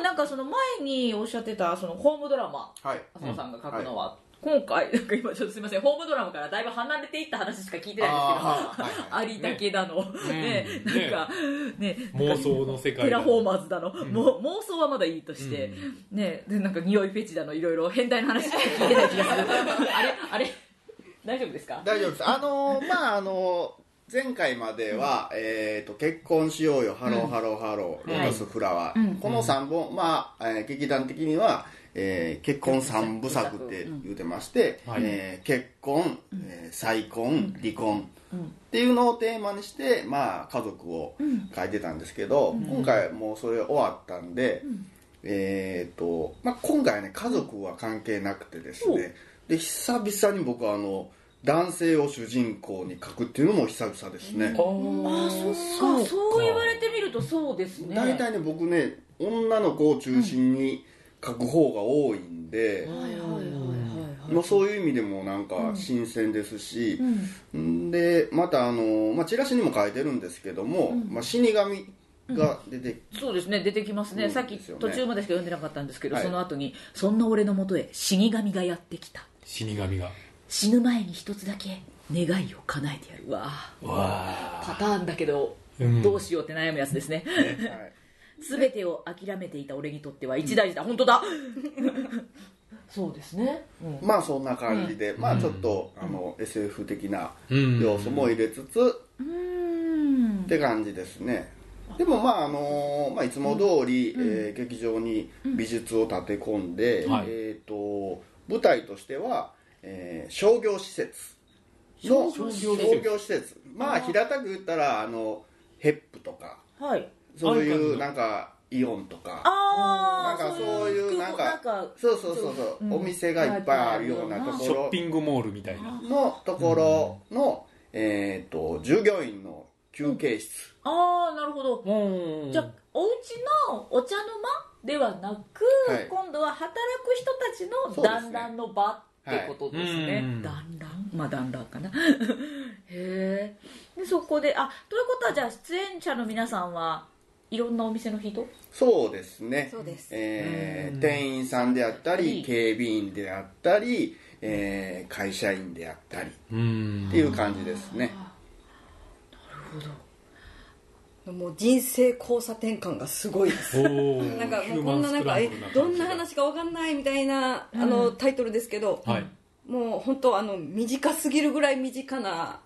Speaker 2: うなんかその前におっしゃってたそのホームドラマ
Speaker 3: はい
Speaker 2: 浅野さんが書くのは、今回なんか今ちょっとすみませんホームドラマからだいぶ離れていった話しか聞いてないん
Speaker 3: あーはいはいはい
Speaker 2: ですけど有武だの、ね
Speaker 1: うんね
Speaker 2: なんかね
Speaker 1: 妄想の世界
Speaker 2: テラフォーマーズだの、もう妄想はまだいいとして、ねでなんか匂いフェチだのいろいろ変態の話しか聞いてない気がする あれあれ大丈夫ですか
Speaker 3: 大丈夫ですあの ーまああのー前回までは、えーと「結婚しようよハローハローハロー、ロータスフラワー」この3本、まあ、えー劇団的には、えー結婚三部作って言うてまして、
Speaker 1: うんはい
Speaker 3: えー結婚、えー再婚離婚、っていうのをテーマにして、まあ、家族を書いてたんですけど、今回もうそれ終わったんで、えーとまあ、今回はね家族は関係なくてですねで久々に僕はあの男性を主人公に書くっていうのも久々ですね
Speaker 2: ああそっかそう言われてみるとそうですね
Speaker 3: 大体ね僕ね女の子を中心に書く方が多いんで、
Speaker 2: はいはいはいはい
Speaker 3: まあ、そういう意味でもなんか新鮮ですし
Speaker 2: う、ん
Speaker 3: んでまたあの、まあ、チラシにも書いてるんですけども、まあ、死神が出 て
Speaker 2: そうですね出てきますね、
Speaker 3: うん
Speaker 2: さっき
Speaker 3: ですよね
Speaker 2: 途中までしか読んでなかったんですけど、
Speaker 3: はい
Speaker 2: その後に「そんな俺のもとへ死神がやってきた
Speaker 1: 死神が
Speaker 2: 死ぬ前に一つだけ願いを叶えてやるわ
Speaker 1: わ
Speaker 2: パターンだけど、
Speaker 1: うん
Speaker 2: どうしようって悩むやつですね
Speaker 3: きて、はい
Speaker 2: 全てを諦めていた俺にとっては一大事だ、本当だそうですね、うん
Speaker 3: まあそんな感じで、まあちょっと、あの SF 的な要素も入れつつ、って感じですねでもまああのまあ、いつも通り、えー劇場に美術を立て込んで、
Speaker 1: はい
Speaker 3: えー、と舞台としては、えー商業施設の商
Speaker 1: 商業
Speaker 3: 業
Speaker 1: 施設
Speaker 3: 施設まあ平たく言ったらあのヘップとか
Speaker 2: はい
Speaker 3: そういう
Speaker 1: あ
Speaker 3: なんかイオンとかな
Speaker 2: あ
Speaker 3: ん
Speaker 2: あ
Speaker 3: かそういうなんかそうそうそうそう、
Speaker 2: うん
Speaker 3: お店がいっぱいあるようなと
Speaker 1: ー
Speaker 3: こ
Speaker 1: ショ
Speaker 3: ろ
Speaker 1: ッピングモールみたいな
Speaker 3: のところの、えー、と従業員の休憩室、
Speaker 2: ああなるほど
Speaker 1: うん
Speaker 2: じゃあお家のお茶の間ではなく、
Speaker 3: はい
Speaker 2: 今度は働く人たちの
Speaker 3: そうです
Speaker 2: 団
Speaker 3: ね
Speaker 2: らんの場ってことです
Speaker 1: はい
Speaker 2: ね
Speaker 1: うん
Speaker 2: 団らんまあ団らんかな へえでそこであということはじゃあ出演者の皆さんはいろんなお店の人
Speaker 3: そうですね
Speaker 5: そうです
Speaker 3: えー
Speaker 1: うん
Speaker 3: 店員さんであった
Speaker 2: うん
Speaker 3: り警備員であったり、えー会社員であったりっ
Speaker 1: うん
Speaker 3: ていう感じですね
Speaker 5: もう人生交差点感がすごいです
Speaker 1: おー
Speaker 5: なんか
Speaker 1: ヒ
Speaker 5: も
Speaker 1: ュー
Speaker 5: う
Speaker 1: マ
Speaker 5: こん
Speaker 1: ン
Speaker 5: な
Speaker 1: ス
Speaker 5: なん
Speaker 1: クラ
Speaker 5: か
Speaker 1: ン
Speaker 5: え
Speaker 1: ブル感じ
Speaker 5: どんな話かわかんないみたいなあのタイトルですけど、
Speaker 1: はい
Speaker 5: もう本当あの短すぎるぐらい身近な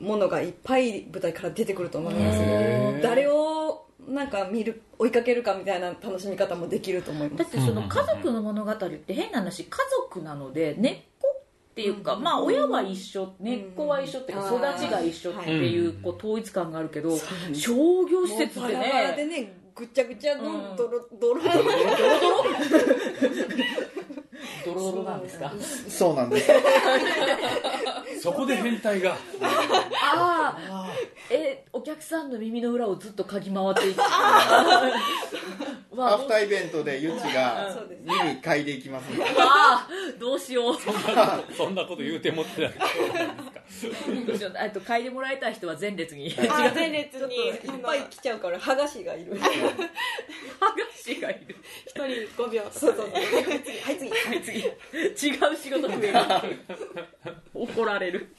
Speaker 5: ものがいっぱい舞台から出てくると思います
Speaker 1: へー
Speaker 5: 誰をなんか見る追いかけるかみたいな楽しみ方もできると思いま
Speaker 2: だっ
Speaker 5: す
Speaker 2: てその家族の物語って変な話家族なので根っこっていうか、まあ親は一緒根っこは一緒っていうか
Speaker 5: うん
Speaker 2: 育ちが一緒っていうこう統一感があるけど
Speaker 5: そうです
Speaker 2: 商業施設っ
Speaker 5: もう
Speaker 2: て
Speaker 5: バラバラで
Speaker 2: ね
Speaker 5: ねぐちゃぐちゃ
Speaker 2: う
Speaker 5: の
Speaker 2: ん
Speaker 5: ドロドロド
Speaker 2: ド
Speaker 5: ロ
Speaker 2: ロドロなんですか
Speaker 3: そうなん です
Speaker 1: そこで変態が
Speaker 2: ああえお客さんの耳の裏をずっと嗅ぎ回っていくわ
Speaker 3: ア
Speaker 2: あど
Speaker 3: フ
Speaker 2: う
Speaker 3: ターイベントでゆっちが
Speaker 5: そうです
Speaker 3: 耳嗅いでいきますんで
Speaker 2: あーどうしよう
Speaker 1: そんなこと言うてもってない
Speaker 2: えっと嗅いでもらいたい人は前列に
Speaker 7: あー前列に
Speaker 5: いっぱい来ちゃうから剥がしがいる
Speaker 2: 剥がしがいる
Speaker 7: あの一人5秒とかで
Speaker 5: そうそうそうはい次
Speaker 2: はい次違う仕事増える怒られる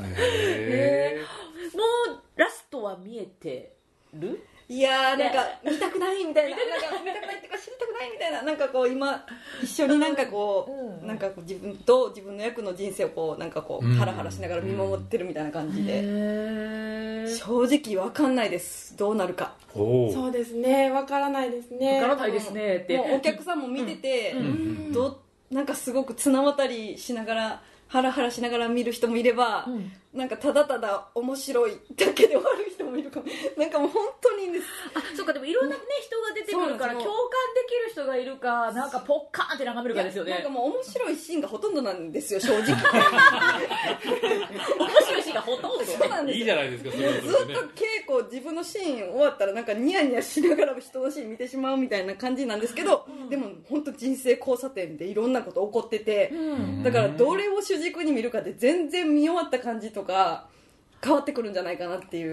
Speaker 1: へえ
Speaker 2: もうラストは見えてる
Speaker 5: いやーなんか見たくないみたいななんか見たくないっていうか知りたくないみたいななんかこう今一緒になんかこう、なんかこう自分と自分の役の人生をこうなんかこう、
Speaker 1: うん
Speaker 5: ハラハラしながら見守ってるみたいな感じで、
Speaker 2: へ
Speaker 5: 正直わかんないですどうなるか
Speaker 1: おー
Speaker 7: そうですねわからないですね
Speaker 2: わからないですねって
Speaker 5: もうお客さんも見てて、
Speaker 1: うん
Speaker 5: どうなんかすごく綱渡りしながらハラハラしながら見る人もいれば、
Speaker 2: ん
Speaker 5: なんかただただ面白いだけで終わる人もいるかもなんかもう本当にです
Speaker 2: そうかでもいろんなね人が出てくるから
Speaker 5: そ
Speaker 2: 共
Speaker 5: うなんです
Speaker 2: 感できる人がいるかなんかポッカーンって眺めるかですよ
Speaker 5: なん
Speaker 2: ね
Speaker 5: かもう面白いシーンがほとんどなんですよ正直
Speaker 2: 面白いシーンがほとんど
Speaker 5: そうなんです
Speaker 1: い
Speaker 5: よ
Speaker 1: いじゃないですかそれはそ
Speaker 5: ずっと
Speaker 1: れでね
Speaker 5: 稽古自分のシーン終わったらなんかニヤニヤしながら人のシーン見てしまうみたいな感じなんですけど、でも本当人生交差点でいろんなこと起こってて、だからどれを主軸に見るかで全然見終わった感じとか変わってくるんじゃないかなっていう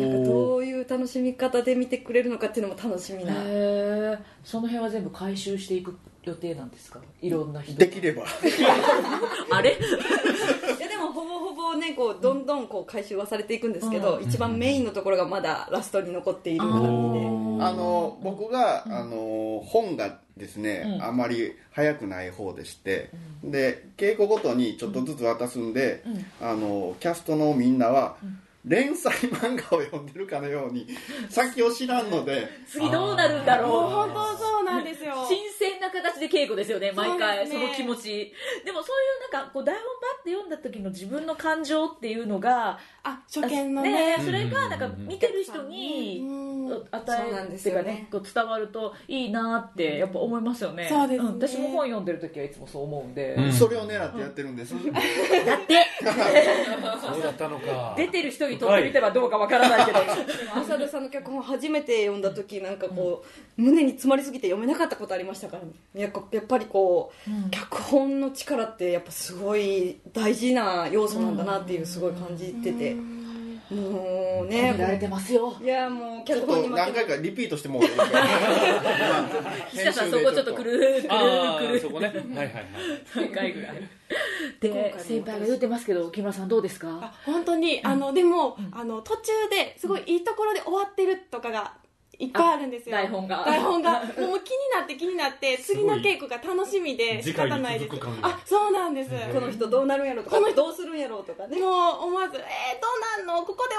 Speaker 5: なんか
Speaker 1: お
Speaker 5: ど
Speaker 1: お
Speaker 5: ういう楽しみ方で見てくれるのかっていうのも楽しみな
Speaker 2: へえその辺は全部回収していく予定なんですかいろんな人
Speaker 3: できれば
Speaker 2: あれ
Speaker 5: いやでもほぼほぼねこうどんどんこう回収はされていくんですけど、一番メインのところがまだラストに残っている感じで。
Speaker 3: あの僕が、あの本がですね、
Speaker 2: うん
Speaker 3: あまり早くない方でして、で稽古ごとにちょっとずつ渡すんで、あのキャストのみんなは、連載漫画を読んでるかのように先を知らんので
Speaker 2: 次どうなるんだ
Speaker 1: あー
Speaker 2: ろ
Speaker 7: 本当そうなんですよ
Speaker 2: う新鮮な形で稽古ですよね毎回
Speaker 7: そ
Speaker 2: そう
Speaker 7: です
Speaker 2: の
Speaker 7: ね
Speaker 2: 気持ちでもそういうなんかこう台本ばって読んだ時の自分の感情っていうのが
Speaker 7: あ初見のね
Speaker 2: ねそれがなんか見てる人に
Speaker 7: うん
Speaker 2: 与え
Speaker 5: そう
Speaker 2: る
Speaker 5: なん
Speaker 2: っ
Speaker 5: で
Speaker 2: て
Speaker 5: す
Speaker 2: いうか
Speaker 5: よね
Speaker 2: ねこう伝わるといいなってやっぱ思いますよね
Speaker 7: そうですね
Speaker 2: ん私も本読んでる時はいつもそう思うんで、
Speaker 1: うん
Speaker 3: それを狙ってやってるんです、
Speaker 1: そうだったのか
Speaker 2: 出てる人にとってみてはどうかわからないけど
Speaker 5: 浅田さんの脚本初めて読んだ時なんかこう、胸に詰まりすぎて読めなかったことありましたからねやっぱやっぱりこう、脚本の力ってやっぱすごい大事な要素なんだなっていうすごい感じてて、もうね
Speaker 2: られてますよ
Speaker 5: いやもう
Speaker 3: ちょ
Speaker 5: 脚
Speaker 3: っ
Speaker 5: 本に
Speaker 3: と
Speaker 5: 負
Speaker 3: 何
Speaker 5: け
Speaker 3: 回かリピートしてもらっていいですか
Speaker 2: 岸田さんそこちょっとくるーくるー
Speaker 1: あ
Speaker 2: く
Speaker 1: あ
Speaker 2: るー
Speaker 1: そこねはいはいはい
Speaker 2: 3回ぐらい
Speaker 5: 今回
Speaker 2: で
Speaker 5: も
Speaker 2: 先輩が言ってますけど木村さんどうですか
Speaker 7: あ本当にあのでもあの途中ですごいいいところで終わってるとかがいっぱいあるんですよ
Speaker 2: 台本が
Speaker 7: 台本がもう気になって気になって次の稽古が楽しみで仕方ないです
Speaker 1: 次回に続く感が
Speaker 7: あそうなんです
Speaker 5: この人どうなるんやろとかこの人どうするんやろとかね
Speaker 7: もう思わず「えー、どうなんのここで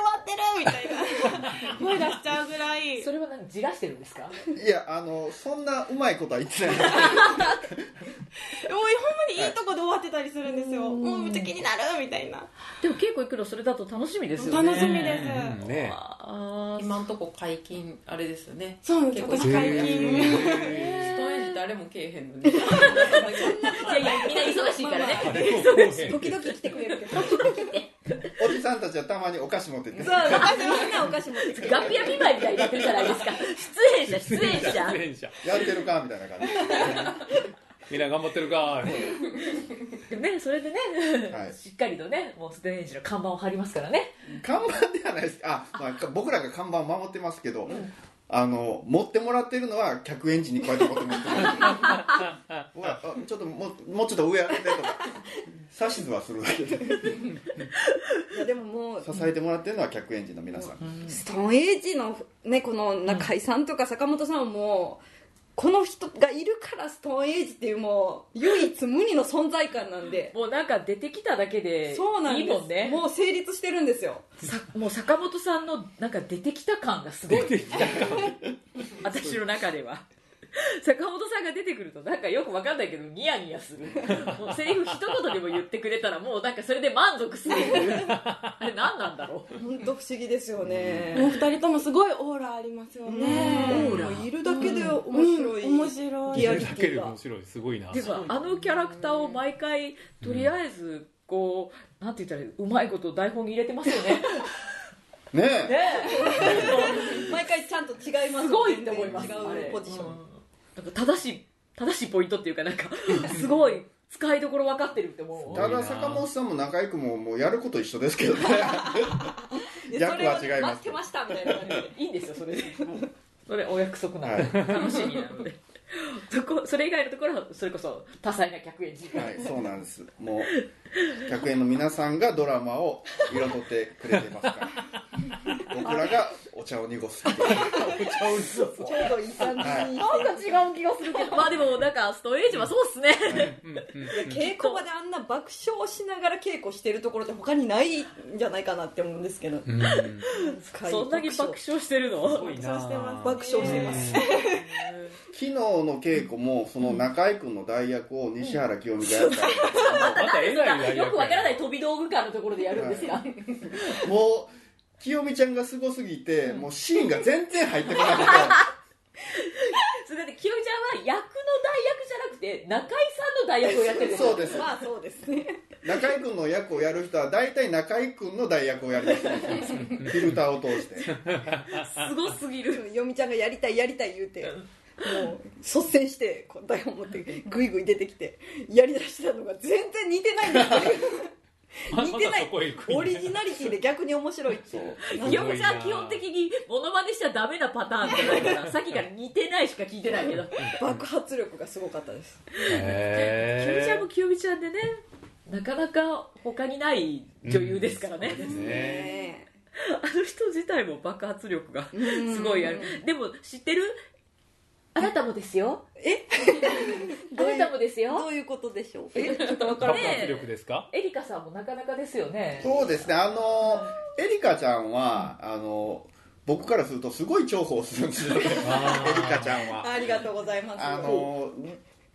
Speaker 7: 終わってる」みたいな声出しちゃうぐらい
Speaker 2: それは何自我してるんですか
Speaker 3: いやあのそんなうまいことは言ってないです
Speaker 7: もうほんまにいいとこで終わってたりするんですよもうめっちゃ気になるみたいな
Speaker 2: でも結構いくのそれだと楽しみですよね
Speaker 7: 楽しみです、
Speaker 1: うんね
Speaker 2: あー
Speaker 6: 今んとこ解禁あれですよね
Speaker 7: そうなんです私
Speaker 6: 結構
Speaker 7: 解禁
Speaker 6: ストーンエイジ誰もけえへんのにそんな
Speaker 2: や
Speaker 6: い
Speaker 2: いやみんな忙しいからね
Speaker 5: 時々来てくれるけど
Speaker 3: おじさんたちはたまにお菓子持ってって
Speaker 5: そうみんなお菓子持ってくる
Speaker 2: 楽屋見舞いみたいになってるじゃないですか出演者 出演者
Speaker 1: 出演者
Speaker 3: やってるかみたいな感じ
Speaker 1: みんな頑張ってるかーい
Speaker 2: でもねそれでね、
Speaker 3: はい
Speaker 2: しっかりとねもう出演者の看板を張りますからね
Speaker 3: 看板ではないですあ、まあ、か僕らが看板を守ってますけど、あの持ってもらってるのは客演時にこうやって持ってもらってるうわあちょっともうもうちょっと上でとか指図はするだけで
Speaker 5: いやでももう
Speaker 3: 支えてもらってるのは客演時の皆さん、
Speaker 5: ストーンエイジのねこの中井さんとか坂本さんはもうこの人がいるからストーンエイジっていうもう唯一無二の存在感なんで
Speaker 2: もうなんか出てきただけで
Speaker 5: そうなん
Speaker 2: い
Speaker 5: で
Speaker 2: い
Speaker 5: す
Speaker 2: もんね
Speaker 5: もう成立してるんですよ
Speaker 2: さもう坂本さんのなんか出てきた感がすごい私の中では坂本さんが出てくるとなんかよくわかんないけどニヤニヤするもうセリフ一言でも言ってくれたらもうなんかそれで満足するあれ何なんだろう
Speaker 5: 本当不思議ですよ
Speaker 7: もう
Speaker 5: ね
Speaker 7: 二人ともすごいオーラありますよね、
Speaker 5: もういるだけで面白い、
Speaker 7: うん面白い
Speaker 5: リア
Speaker 1: そ
Speaker 5: リ
Speaker 1: れ
Speaker 5: テ
Speaker 1: だけ
Speaker 5: ィ
Speaker 1: で
Speaker 5: が
Speaker 1: 面白いすごいな
Speaker 2: でもあのキャラクターを毎回とりあえずこう、なんて言ったらうまいこと台本に入れてますよね
Speaker 3: ねえ
Speaker 2: ね
Speaker 5: 毎回ちゃんと違います
Speaker 2: すごいって思います
Speaker 5: 違
Speaker 2: あれ
Speaker 5: うポジション、
Speaker 2: うんなんか正しい正しいポイントっていうかなんかすごい使いどころ分かってるって思う
Speaker 3: ただ坂本さんも中居君ももうやること一緒ですけどね
Speaker 5: で
Speaker 3: 役は
Speaker 5: そ
Speaker 3: 違
Speaker 5: れ
Speaker 3: い
Speaker 5: を
Speaker 3: ま
Speaker 5: 待
Speaker 3: すけ
Speaker 5: っ
Speaker 3: ど
Speaker 5: てましたみたいな感じで
Speaker 2: いいんですよそれでそれお約束なの
Speaker 3: は
Speaker 2: で、
Speaker 3: い
Speaker 2: 楽しみなのでそこそれ以外のところはそれこそ多彩な客演時間、
Speaker 3: はい、そうなんです。もう、客演の皆さんがドラマを彩ってくれてますから。僕らがお茶を濁すっていう。
Speaker 5: ちょうどいい感じに
Speaker 2: なんか違う気がするけど まあでもなんかストレージはそうっすね、
Speaker 5: 稽古場であんな爆笑しながら稽古してるところって他にないんじゃないかなって思うんですけど、
Speaker 1: うん
Speaker 2: そんなに爆笑してるの
Speaker 1: すごいな
Speaker 7: 爆笑してます
Speaker 5: 爆笑してます、
Speaker 3: 昨日の稽古も、その中井君の代役を西原清美がやったんです
Speaker 1: またえらい大学や
Speaker 2: よくわから ない飛び道具館のところでやるんですが、
Speaker 3: けど、もう、清美ちゃんがすごすぎて、もうシーンが全然入ってこなくて、
Speaker 2: それで清美ちゃんは役の代役じゃなくて中井さんの代役をやってるんですよ
Speaker 3: そうです。
Speaker 5: まあそうですね
Speaker 3: 中井君の役をやる人は、大体中井君の代役をやります。フィルターを通して。
Speaker 2: すごすぎる
Speaker 5: よみちゃんがやりたいやりたい言うてもう率先してこう台本持ってグイグイ出てきてやりだしたのが全然似てないんです よ似てないオリジナリティで逆に面白いっていう
Speaker 2: 清美ちゃんは基本的にモノマネしちゃダメなパターンじゃない からさっきから似てないしか聞いてないけど
Speaker 5: 爆発力がすごかったです
Speaker 2: 清美ちゃん
Speaker 1: へ
Speaker 2: も清美ちゃんでねなかなか他にない女優ですからね、
Speaker 1: えね
Speaker 5: ね
Speaker 2: あの人自体も爆発力が
Speaker 5: ん
Speaker 2: すごいあるでも知ってるあなたもですよ
Speaker 5: え
Speaker 2: あなたもです
Speaker 5: えど
Speaker 2: よ
Speaker 5: ういうことでしょう え
Speaker 1: 爆発力ですか
Speaker 2: エリカさんもなかなかですよね
Speaker 3: そうですね、あのエリカちゃんは、あの僕からするとすごい重宝するんですよね、エリカちゃんは。
Speaker 5: ありがとうございます
Speaker 3: あの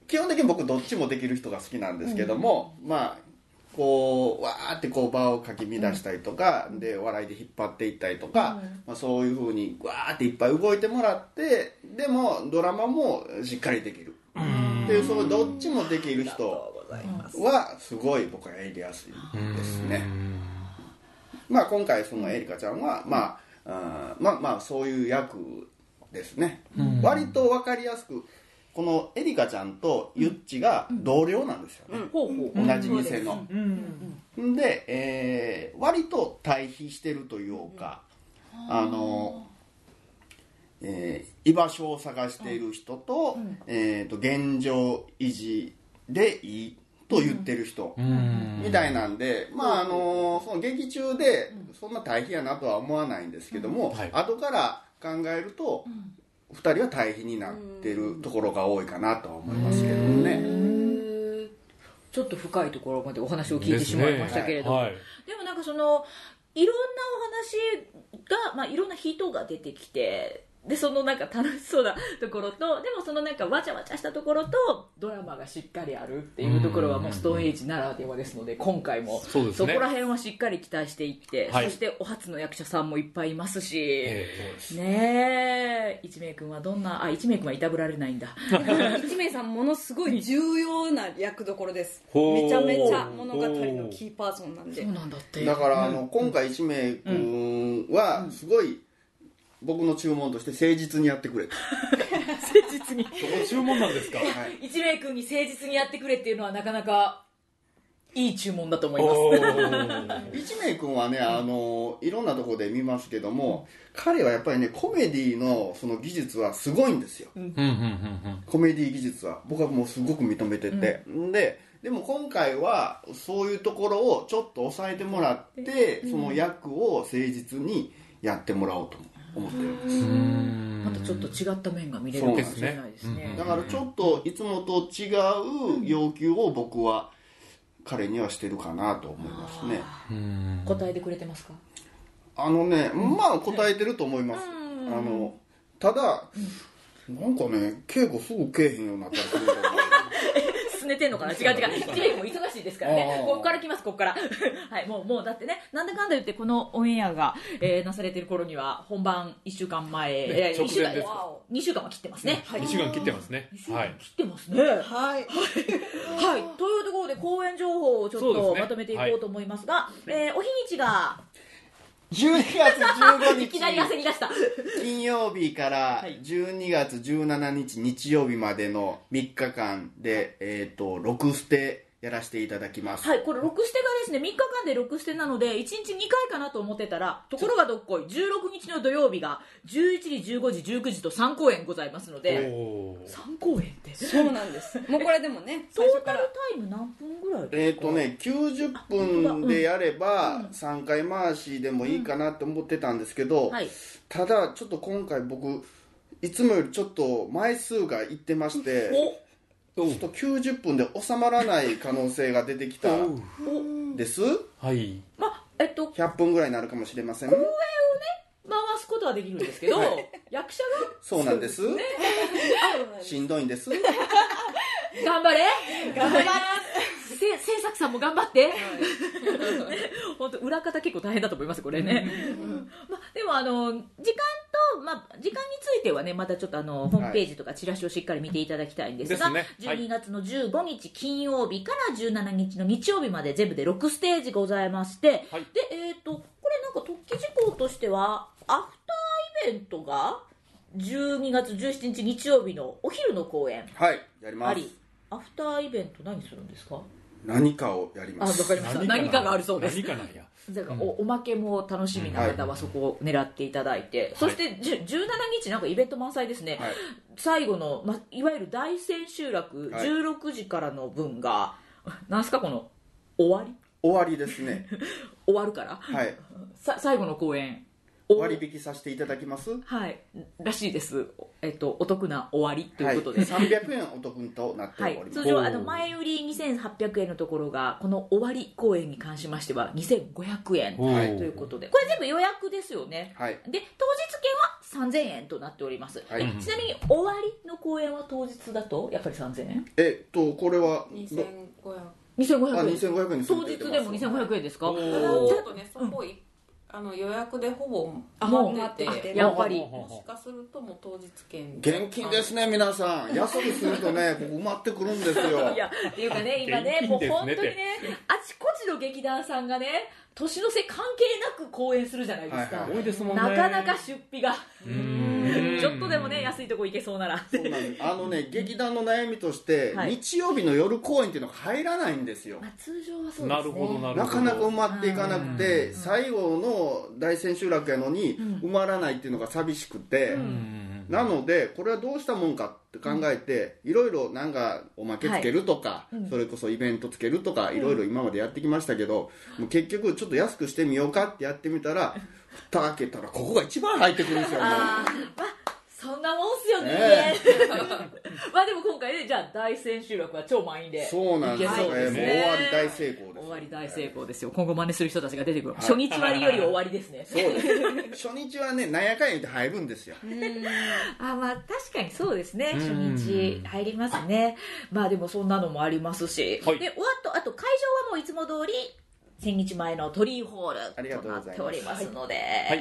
Speaker 3: 基本的に僕どっちもできる人が好きなんですけども、まあこうわーってこう場をかき乱したりとか、で笑いで引っ張っていったりとか、まあ、そういうふうにわーっていっぱい動いてもらってでもドラマもしっかりできるっていうそのどっちもできる人はすごい僕はやりやすいですね。まあ、今回そのエリカちゃんは、まあ、うんまあまあそういう役ですね、割と分かりやすくこのエリカちゃんとユッチが同僚なんですよね、
Speaker 2: ほうほ
Speaker 3: 同じ店の、んで、えー割と対比してるというか、あの、えー居場所を探している人と,、えーと現状維持でいいと言ってる人、みたいなんで、まああのその劇中でそんな対比やなとは思わないんですけども、
Speaker 1: はい
Speaker 3: 後から考えると、2人は対比になってるところが多いかなとは思いますけどね。
Speaker 2: うちょっと深いところまでお話を聞いてしまいましたけれども、
Speaker 1: はい
Speaker 2: でもなんかそのいろんなお話が、まあ、いろんな人が出てきてでそのなんか楽しそうなところとでもそのなんかわちゃわちゃしたところとドラマがしっかりあるっていうところはもうストーンエイジならではですので今回も
Speaker 1: そうです
Speaker 2: そ
Speaker 1: ね
Speaker 2: こら辺はしっかり期待していって、
Speaker 1: はい
Speaker 2: そしてお初の役者さんもいっぱいいますし、
Speaker 1: え
Speaker 2: ねえ一明君はどんなあ一明君はいたぶられないんだ
Speaker 5: 一名さんものすごい重要な役どころです
Speaker 1: ほう
Speaker 5: めちゃめちゃ物語のキーパーソンなんで
Speaker 2: そうなんだって
Speaker 3: だからあの今回一名君はすごい僕の注文として誠実にやってくれた、
Speaker 2: 誠実に
Speaker 1: ーそこ注文なんですか
Speaker 3: はい
Speaker 2: 一明君に誠実にやってくれっていうのはなかなかいい注文だと思います
Speaker 1: おー
Speaker 3: 一名君はねあのいろんなところで見ますけども彼はやっぱりねコメディのその技術はすごいんですよ
Speaker 1: うんうんうん
Speaker 3: コメディ技術は僕はもうすごく認めてて、ででも今回はそういうところをちょっと抑えてもらって、その役を誠実にやってもらおうと思ってるんです、
Speaker 1: うん
Speaker 2: またちょっと違った面が見れるかもしれないです
Speaker 1: そうですね
Speaker 2: ね
Speaker 3: だからちょっといつもと違う要求を僕は彼にはしてるかなと思いますね
Speaker 1: うん
Speaker 2: 答えてくれてますか
Speaker 3: あのねまあ答えてると思います、あのただ、なんかね稽古すぐけえへんようになったりするん だよね
Speaker 2: 進めてんのかな違う違う一明君も忙しいですからね
Speaker 3: あー
Speaker 2: ここから来ますここから はいもうもうだってねなんだかんだ言ってこのオンエアが、えーなされてる頃には本番1週間前、え
Speaker 1: 直前
Speaker 2: 週間
Speaker 1: です
Speaker 2: 2週間は切ってますね、
Speaker 1: 2週間切ってますねはい
Speaker 2: 切ってますねはい
Speaker 5: はい
Speaker 2: はい、というところで公演情報をちょっ
Speaker 1: そうです
Speaker 2: と
Speaker 1: ね
Speaker 2: まとめていこうと思いますがえーお日にちが
Speaker 3: 12月15日
Speaker 2: いきなり焦り出した
Speaker 3: 金曜日から12月17日日曜日までの3日間で、えっ、と、6ステやらせていただきます。
Speaker 2: はい、これ、6ステがですね、3日間で6ステなので、1日2回かなと思ってたら、ところがどっこい、16日の土曜日が、11時、15時、19時と3公演ございますので、
Speaker 1: おー
Speaker 2: 3公演って、
Speaker 5: そうなんです もうこれでもね
Speaker 2: ト
Speaker 5: 最初
Speaker 2: ー
Speaker 5: か
Speaker 2: タル
Speaker 5: ら
Speaker 2: タイム何分ぐらい
Speaker 3: え
Speaker 2: で
Speaker 3: っ、
Speaker 2: すか
Speaker 3: と、ね、90分でやれば3回回しでもいいかなと思ってたんですけど、
Speaker 2: はい、
Speaker 3: ただちょっと今回僕、いつもよりちょっと枚数がいってまして、ちょっと90分で収まらない可能性が出てきた
Speaker 1: おうん
Speaker 3: です。
Speaker 1: はい
Speaker 2: まあ、えっと、
Speaker 3: 100分ぐらいになるかもしれません。
Speaker 2: 回すことはできるんですけど、役者
Speaker 3: そうなんです。しんどいんです。
Speaker 2: が頑張れ頑張れせ制作さんも頑張って本当裏方結構大変だと思いますこれね、まあ、でもあの時間と、まあ、時間についてはねまたちょっとあのホームページとかチラシをしっかり見ていただきたいんですが、
Speaker 1: ですねはい
Speaker 2: 12月の15日金曜日から17日の日曜日まで全部で6ステージございまして、
Speaker 1: はい
Speaker 2: でえっ、とこれなんか特記事項としてはアフターイベントが12月17日日曜日のお昼の公演
Speaker 3: はい、やりま
Speaker 2: あ
Speaker 3: す
Speaker 2: り。アフターイベント何するんですか
Speaker 3: 何かをやり
Speaker 2: あ
Speaker 3: ま
Speaker 2: わ
Speaker 3: す
Speaker 2: かりました何かがあるそうです
Speaker 1: 何かなんや
Speaker 2: だからおおまけも楽しみな方はそこを狙っていただいて、そしてじゅ17日なんかイベント満載ですね、
Speaker 3: はい
Speaker 2: 最後の、ま、いわゆる大千秋楽
Speaker 3: はい
Speaker 2: 16時からの分が、 なんすかこの終わり
Speaker 3: 終わりです ね
Speaker 2: 終わるから
Speaker 3: はい
Speaker 2: さ最後の公演
Speaker 3: 割引させていただきます
Speaker 2: はいらしいです、えっと、お得な終わりと
Speaker 3: はいいう
Speaker 2: ことで、
Speaker 3: 300円お得となって
Speaker 2: は
Speaker 3: お
Speaker 2: い
Speaker 3: り、ます
Speaker 2: 通常あの前売り2800円のところがこの終わり公演に関しましては2500円と
Speaker 1: おー
Speaker 2: いうことでこれ全部予約ですよね
Speaker 3: はい
Speaker 2: で当日券は3000円となっております、
Speaker 3: はい
Speaker 2: でちなみに終わりの公演は当日だとやっぱり3000円
Speaker 3: えっとこれは
Speaker 6: 2500
Speaker 3: あ
Speaker 2: 2500円
Speaker 3: 2500円にす
Speaker 2: 当
Speaker 3: る
Speaker 2: 日
Speaker 3: って
Speaker 2: で
Speaker 3: 言って
Speaker 2: も
Speaker 3: ます
Speaker 2: 2500円ですか
Speaker 1: お
Speaker 6: ただち
Speaker 1: ー
Speaker 6: ょっとねそこい、あの予約でほぼ
Speaker 2: もう
Speaker 6: 埋まってて
Speaker 2: やっぱり
Speaker 6: もしかするともう当日券
Speaker 3: 現金ですね皆さん安くするとねここ埋まってくるんですよ
Speaker 2: いやっていうかね今ね
Speaker 1: 現
Speaker 2: も
Speaker 1: 金
Speaker 2: う
Speaker 1: ですね
Speaker 2: 本当にねあちこちの劇団さんがね年の瀬関係なく公演するじゃないですか、
Speaker 3: はいはい
Speaker 1: 多いですもんね
Speaker 2: なかなか出費が
Speaker 1: うーん
Speaker 2: ちょっとでもね安いとこ行けそうなら
Speaker 3: そうなんですあのね劇団の悩みとして、
Speaker 2: はい
Speaker 3: 日曜日の夜公演っていうのが入らないんですよ
Speaker 2: まあ、通常はそうですね
Speaker 1: なるほどなるほど
Speaker 3: なかなか埋まっていかなくて最後の大千秋楽やのに
Speaker 2: うん
Speaker 3: 埋まらないっていうのが寂しくて、
Speaker 2: うん
Speaker 1: うん
Speaker 3: なのでこれはどうしたもんかって考えて、いろいろなんかおまけつけるとか、
Speaker 2: いうん
Speaker 3: それこそイベントつけるとかいろいろ今までやってきましたけど、もう結局ちょっと安くしてみようかってやってみ たら蓋開けたらここが一番入ってくるんですよね
Speaker 2: あーまあそんなもんっすよね、
Speaker 3: え
Speaker 2: まあでも今回ねじゃあ大千秋楽は超満員で
Speaker 3: そうなんです
Speaker 2: いけ
Speaker 3: よ
Speaker 2: そう
Speaker 3: ね、
Speaker 2: です
Speaker 3: もう
Speaker 2: ね
Speaker 3: 終わり大成功です
Speaker 2: 終わり大成功ですよ今後真似する人たちが出てくる、初日割より終わりですね
Speaker 3: そうです初日はねなんやかんや言って入るんですよ
Speaker 2: あまあ確かにそうですね
Speaker 1: うん
Speaker 2: 初日入りますねまあでもそんなのもありますし、
Speaker 1: はい
Speaker 2: で終わっとあと会場はもういつも通り千日前の鳥居ホー
Speaker 3: あり
Speaker 2: ルと
Speaker 3: がとう
Speaker 2: な
Speaker 3: ご
Speaker 2: っ
Speaker 3: ざいます
Speaker 2: ておりますので、
Speaker 1: はい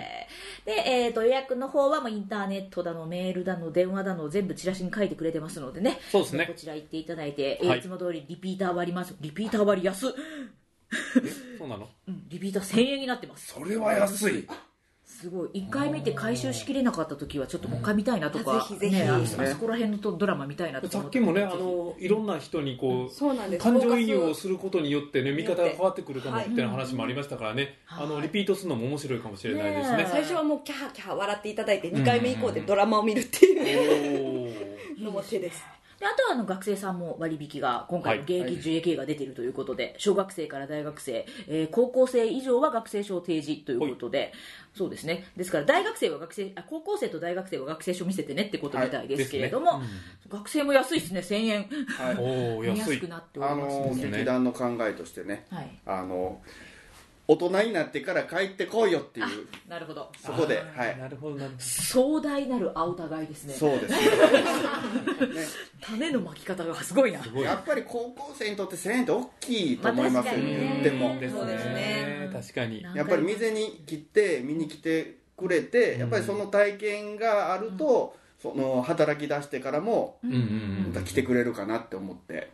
Speaker 2: で、えー、と予約の方はもうインターネットだのメールだの電話だの全部チラシに書いてくれてますのでね
Speaker 1: そうですね
Speaker 2: こちら行っていただいて、
Speaker 1: はい
Speaker 2: い、いつも通りリピーター割りますリピーター割り安っ、
Speaker 1: えそうなの
Speaker 2: うん、リピーター1000円になってます
Speaker 3: それは安い
Speaker 2: すごい1回見て回収しきれなかった時はちょっともう一回見たいなとか、
Speaker 5: うんぜひぜひ
Speaker 2: ね、あのあそこら辺のとドラマ見たいなとか
Speaker 1: さ
Speaker 2: 思
Speaker 1: ってきもね
Speaker 2: ぜ
Speaker 1: あ
Speaker 2: ひ
Speaker 1: のいろんな人にこう
Speaker 5: そうなんです
Speaker 1: 感情移入をすることによってね見方が変わってくるかも
Speaker 5: は
Speaker 1: っ
Speaker 5: い
Speaker 1: ていう話もありましたからね、
Speaker 2: はい
Speaker 1: あのリピートするのも面白いかもしれないです
Speaker 2: ね
Speaker 1: ね
Speaker 5: 最初はもうキャーキャー笑っていただいて2回目以降でドラマを見るってい
Speaker 1: お
Speaker 5: う
Speaker 1: ー
Speaker 5: のも手です
Speaker 2: であとはあの学生さんも割引が今回の現
Speaker 3: はい
Speaker 2: 役受益が出ているということで、小学生から大学生、えー高校生以上は学生証提示ということで、そうですねですから大学生は学生あ高校生と大学生は学生証見せてねってことみたいですけれども、
Speaker 1: はいで
Speaker 2: 学生も安いですね1000円
Speaker 3: はい
Speaker 1: おー安
Speaker 2: 安
Speaker 1: い
Speaker 2: くなっており
Speaker 3: あ
Speaker 2: ます
Speaker 3: の
Speaker 2: ので、
Speaker 3: 劇団の考えとしてね
Speaker 2: はい、
Speaker 3: あの大人になってから帰ってこいよっていう
Speaker 2: なるほど
Speaker 3: そこで
Speaker 1: あー
Speaker 3: はい
Speaker 1: なるほどなるほど
Speaker 2: 壮大なる青互いですね
Speaker 3: そうです
Speaker 2: 種の巻き方がすごいな
Speaker 1: す
Speaker 3: ね
Speaker 1: ごい
Speaker 3: やっぱり高校生にとって1000円って大きいと思います
Speaker 2: ま
Speaker 3: よ
Speaker 2: あ確かにね
Speaker 3: 言っても
Speaker 1: ですね
Speaker 5: そうですね
Speaker 1: 確かに
Speaker 3: やっぱり店に来て見に来てくれてやっぱりその体験があるとその働き出してからも
Speaker 1: うんうんうん
Speaker 3: また来てくれるかなって思って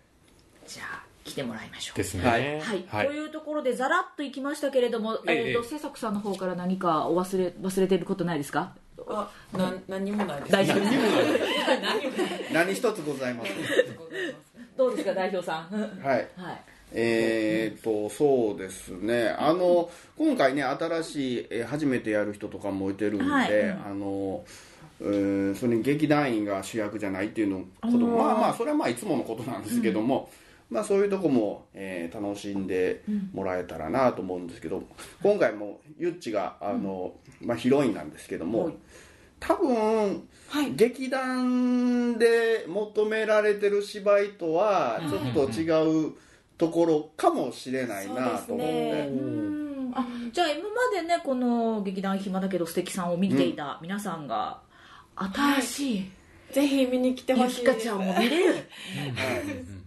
Speaker 2: じゃあ来てもらいましょう
Speaker 1: ですね
Speaker 3: はい
Speaker 2: はい、
Speaker 1: はい
Speaker 2: というところでざらっといきましたけれども、
Speaker 1: ええ
Speaker 2: えーと瀬作さんの方から何かお忘れ 忘れてることないですか
Speaker 6: あな何もないです
Speaker 2: 大丈夫 です
Speaker 3: 何一つございません
Speaker 2: どうですか代表さん
Speaker 3: はい
Speaker 2: はい
Speaker 3: えーっとそうですねあの今回ね新しい、えー初めてやる人とかもいてるんで、
Speaker 2: はい
Speaker 3: あのえーそれに劇団員が主役じゃないっていうのこともまあまあそれはまあいつものことなんですけども、まあそういうとこも、えー楽しんでもらえたらなと思うんですけど、今回もゆっちがあの、まあ、ヒロインなんですけども、
Speaker 2: はい
Speaker 3: 多分、劇団で求められてる芝居とはちょっと違うところかもしれないなと思って、
Speaker 2: うんあじゃあ今までねこの劇団暇だけど素敵さんを見ていた皆さんが、新しい
Speaker 7: ぜひ見に来てほ
Speaker 2: ゆ
Speaker 7: し
Speaker 2: き
Speaker 7: いで
Speaker 2: か
Speaker 7: す
Speaker 2: ちゃんを見れる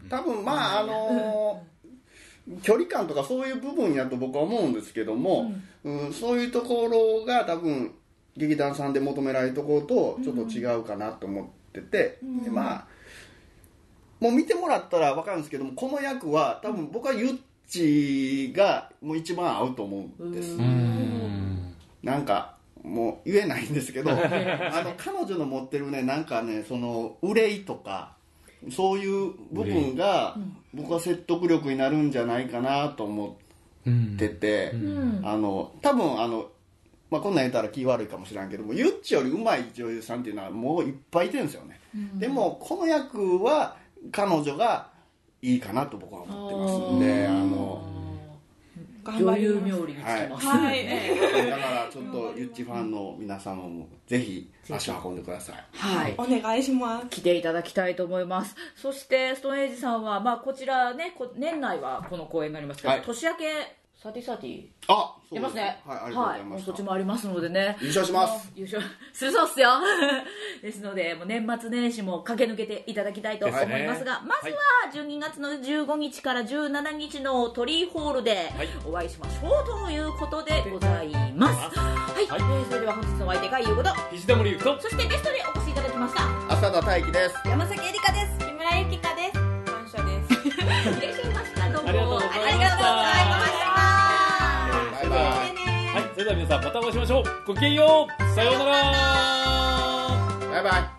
Speaker 3: 多分まああのー距離感とかそういう部分やと僕は思うんですけども、うんそういうところが多分劇団さんで求められるところとちょっと違うかなと思ってて、でまあもう見てもらったら分かるんですけどもこの役は多分僕はゆっちがもう一番合うと思うんです、
Speaker 1: うん
Speaker 3: なんかもう言えないんですけどあの彼女の持ってるねなんかねその憂いとかそういう部分が僕は説得力になるんじゃないかなと思
Speaker 1: うん
Speaker 3: ってて、
Speaker 2: ん
Speaker 3: あの多分あの、まあ、こんなん言ったら気悪いかもしれんけどもゆっちより上手い女優さんっていうのはもういっぱいいてるんですよね、でもこの役は彼女がいいかなと僕は思ってますんであの。
Speaker 7: 頑
Speaker 2: 女
Speaker 7: 張り
Speaker 2: 優
Speaker 7: ます
Speaker 2: 冥利につきます、
Speaker 7: はい
Speaker 3: だからちょっとゆっちファンの皆様もぜひ足を運んでください
Speaker 2: はい
Speaker 7: お願いします
Speaker 2: 来ていただきたいと思いますそしてストーンエイジさんは、まあ、こちらねこ年内はこの公演になりますけど、
Speaker 3: はい
Speaker 2: 年明けサティサティ
Speaker 3: あそう
Speaker 2: 出ますね
Speaker 3: はいありがとうございま
Speaker 2: もう
Speaker 3: し
Speaker 2: そっ
Speaker 3: た
Speaker 2: ちもありますのでね
Speaker 3: 優勝します
Speaker 2: 優勝するそうっすよ ですのでもう年末年始も駆け抜けていただきたいと思
Speaker 1: ですね
Speaker 2: いますが、まずは12月の15日から17日のトリーホールで
Speaker 1: はい
Speaker 2: お会いしましょうということでございますはい、
Speaker 1: はい
Speaker 2: えーそれでは本日のお相手がゆうこと
Speaker 1: 石田森ゆきと
Speaker 2: そしてゲストでお越しいただきました
Speaker 3: 浅田大輝です
Speaker 4: 山崎えりかです木村ゆきかです
Speaker 6: 感謝です
Speaker 2: いらっしゃいましたどうも
Speaker 1: ありがとうございました
Speaker 2: ありがとうございました
Speaker 3: バイバイ
Speaker 1: はい、それでは皆さんまたお会いしましょうごきげんようさようなら
Speaker 3: バイバイ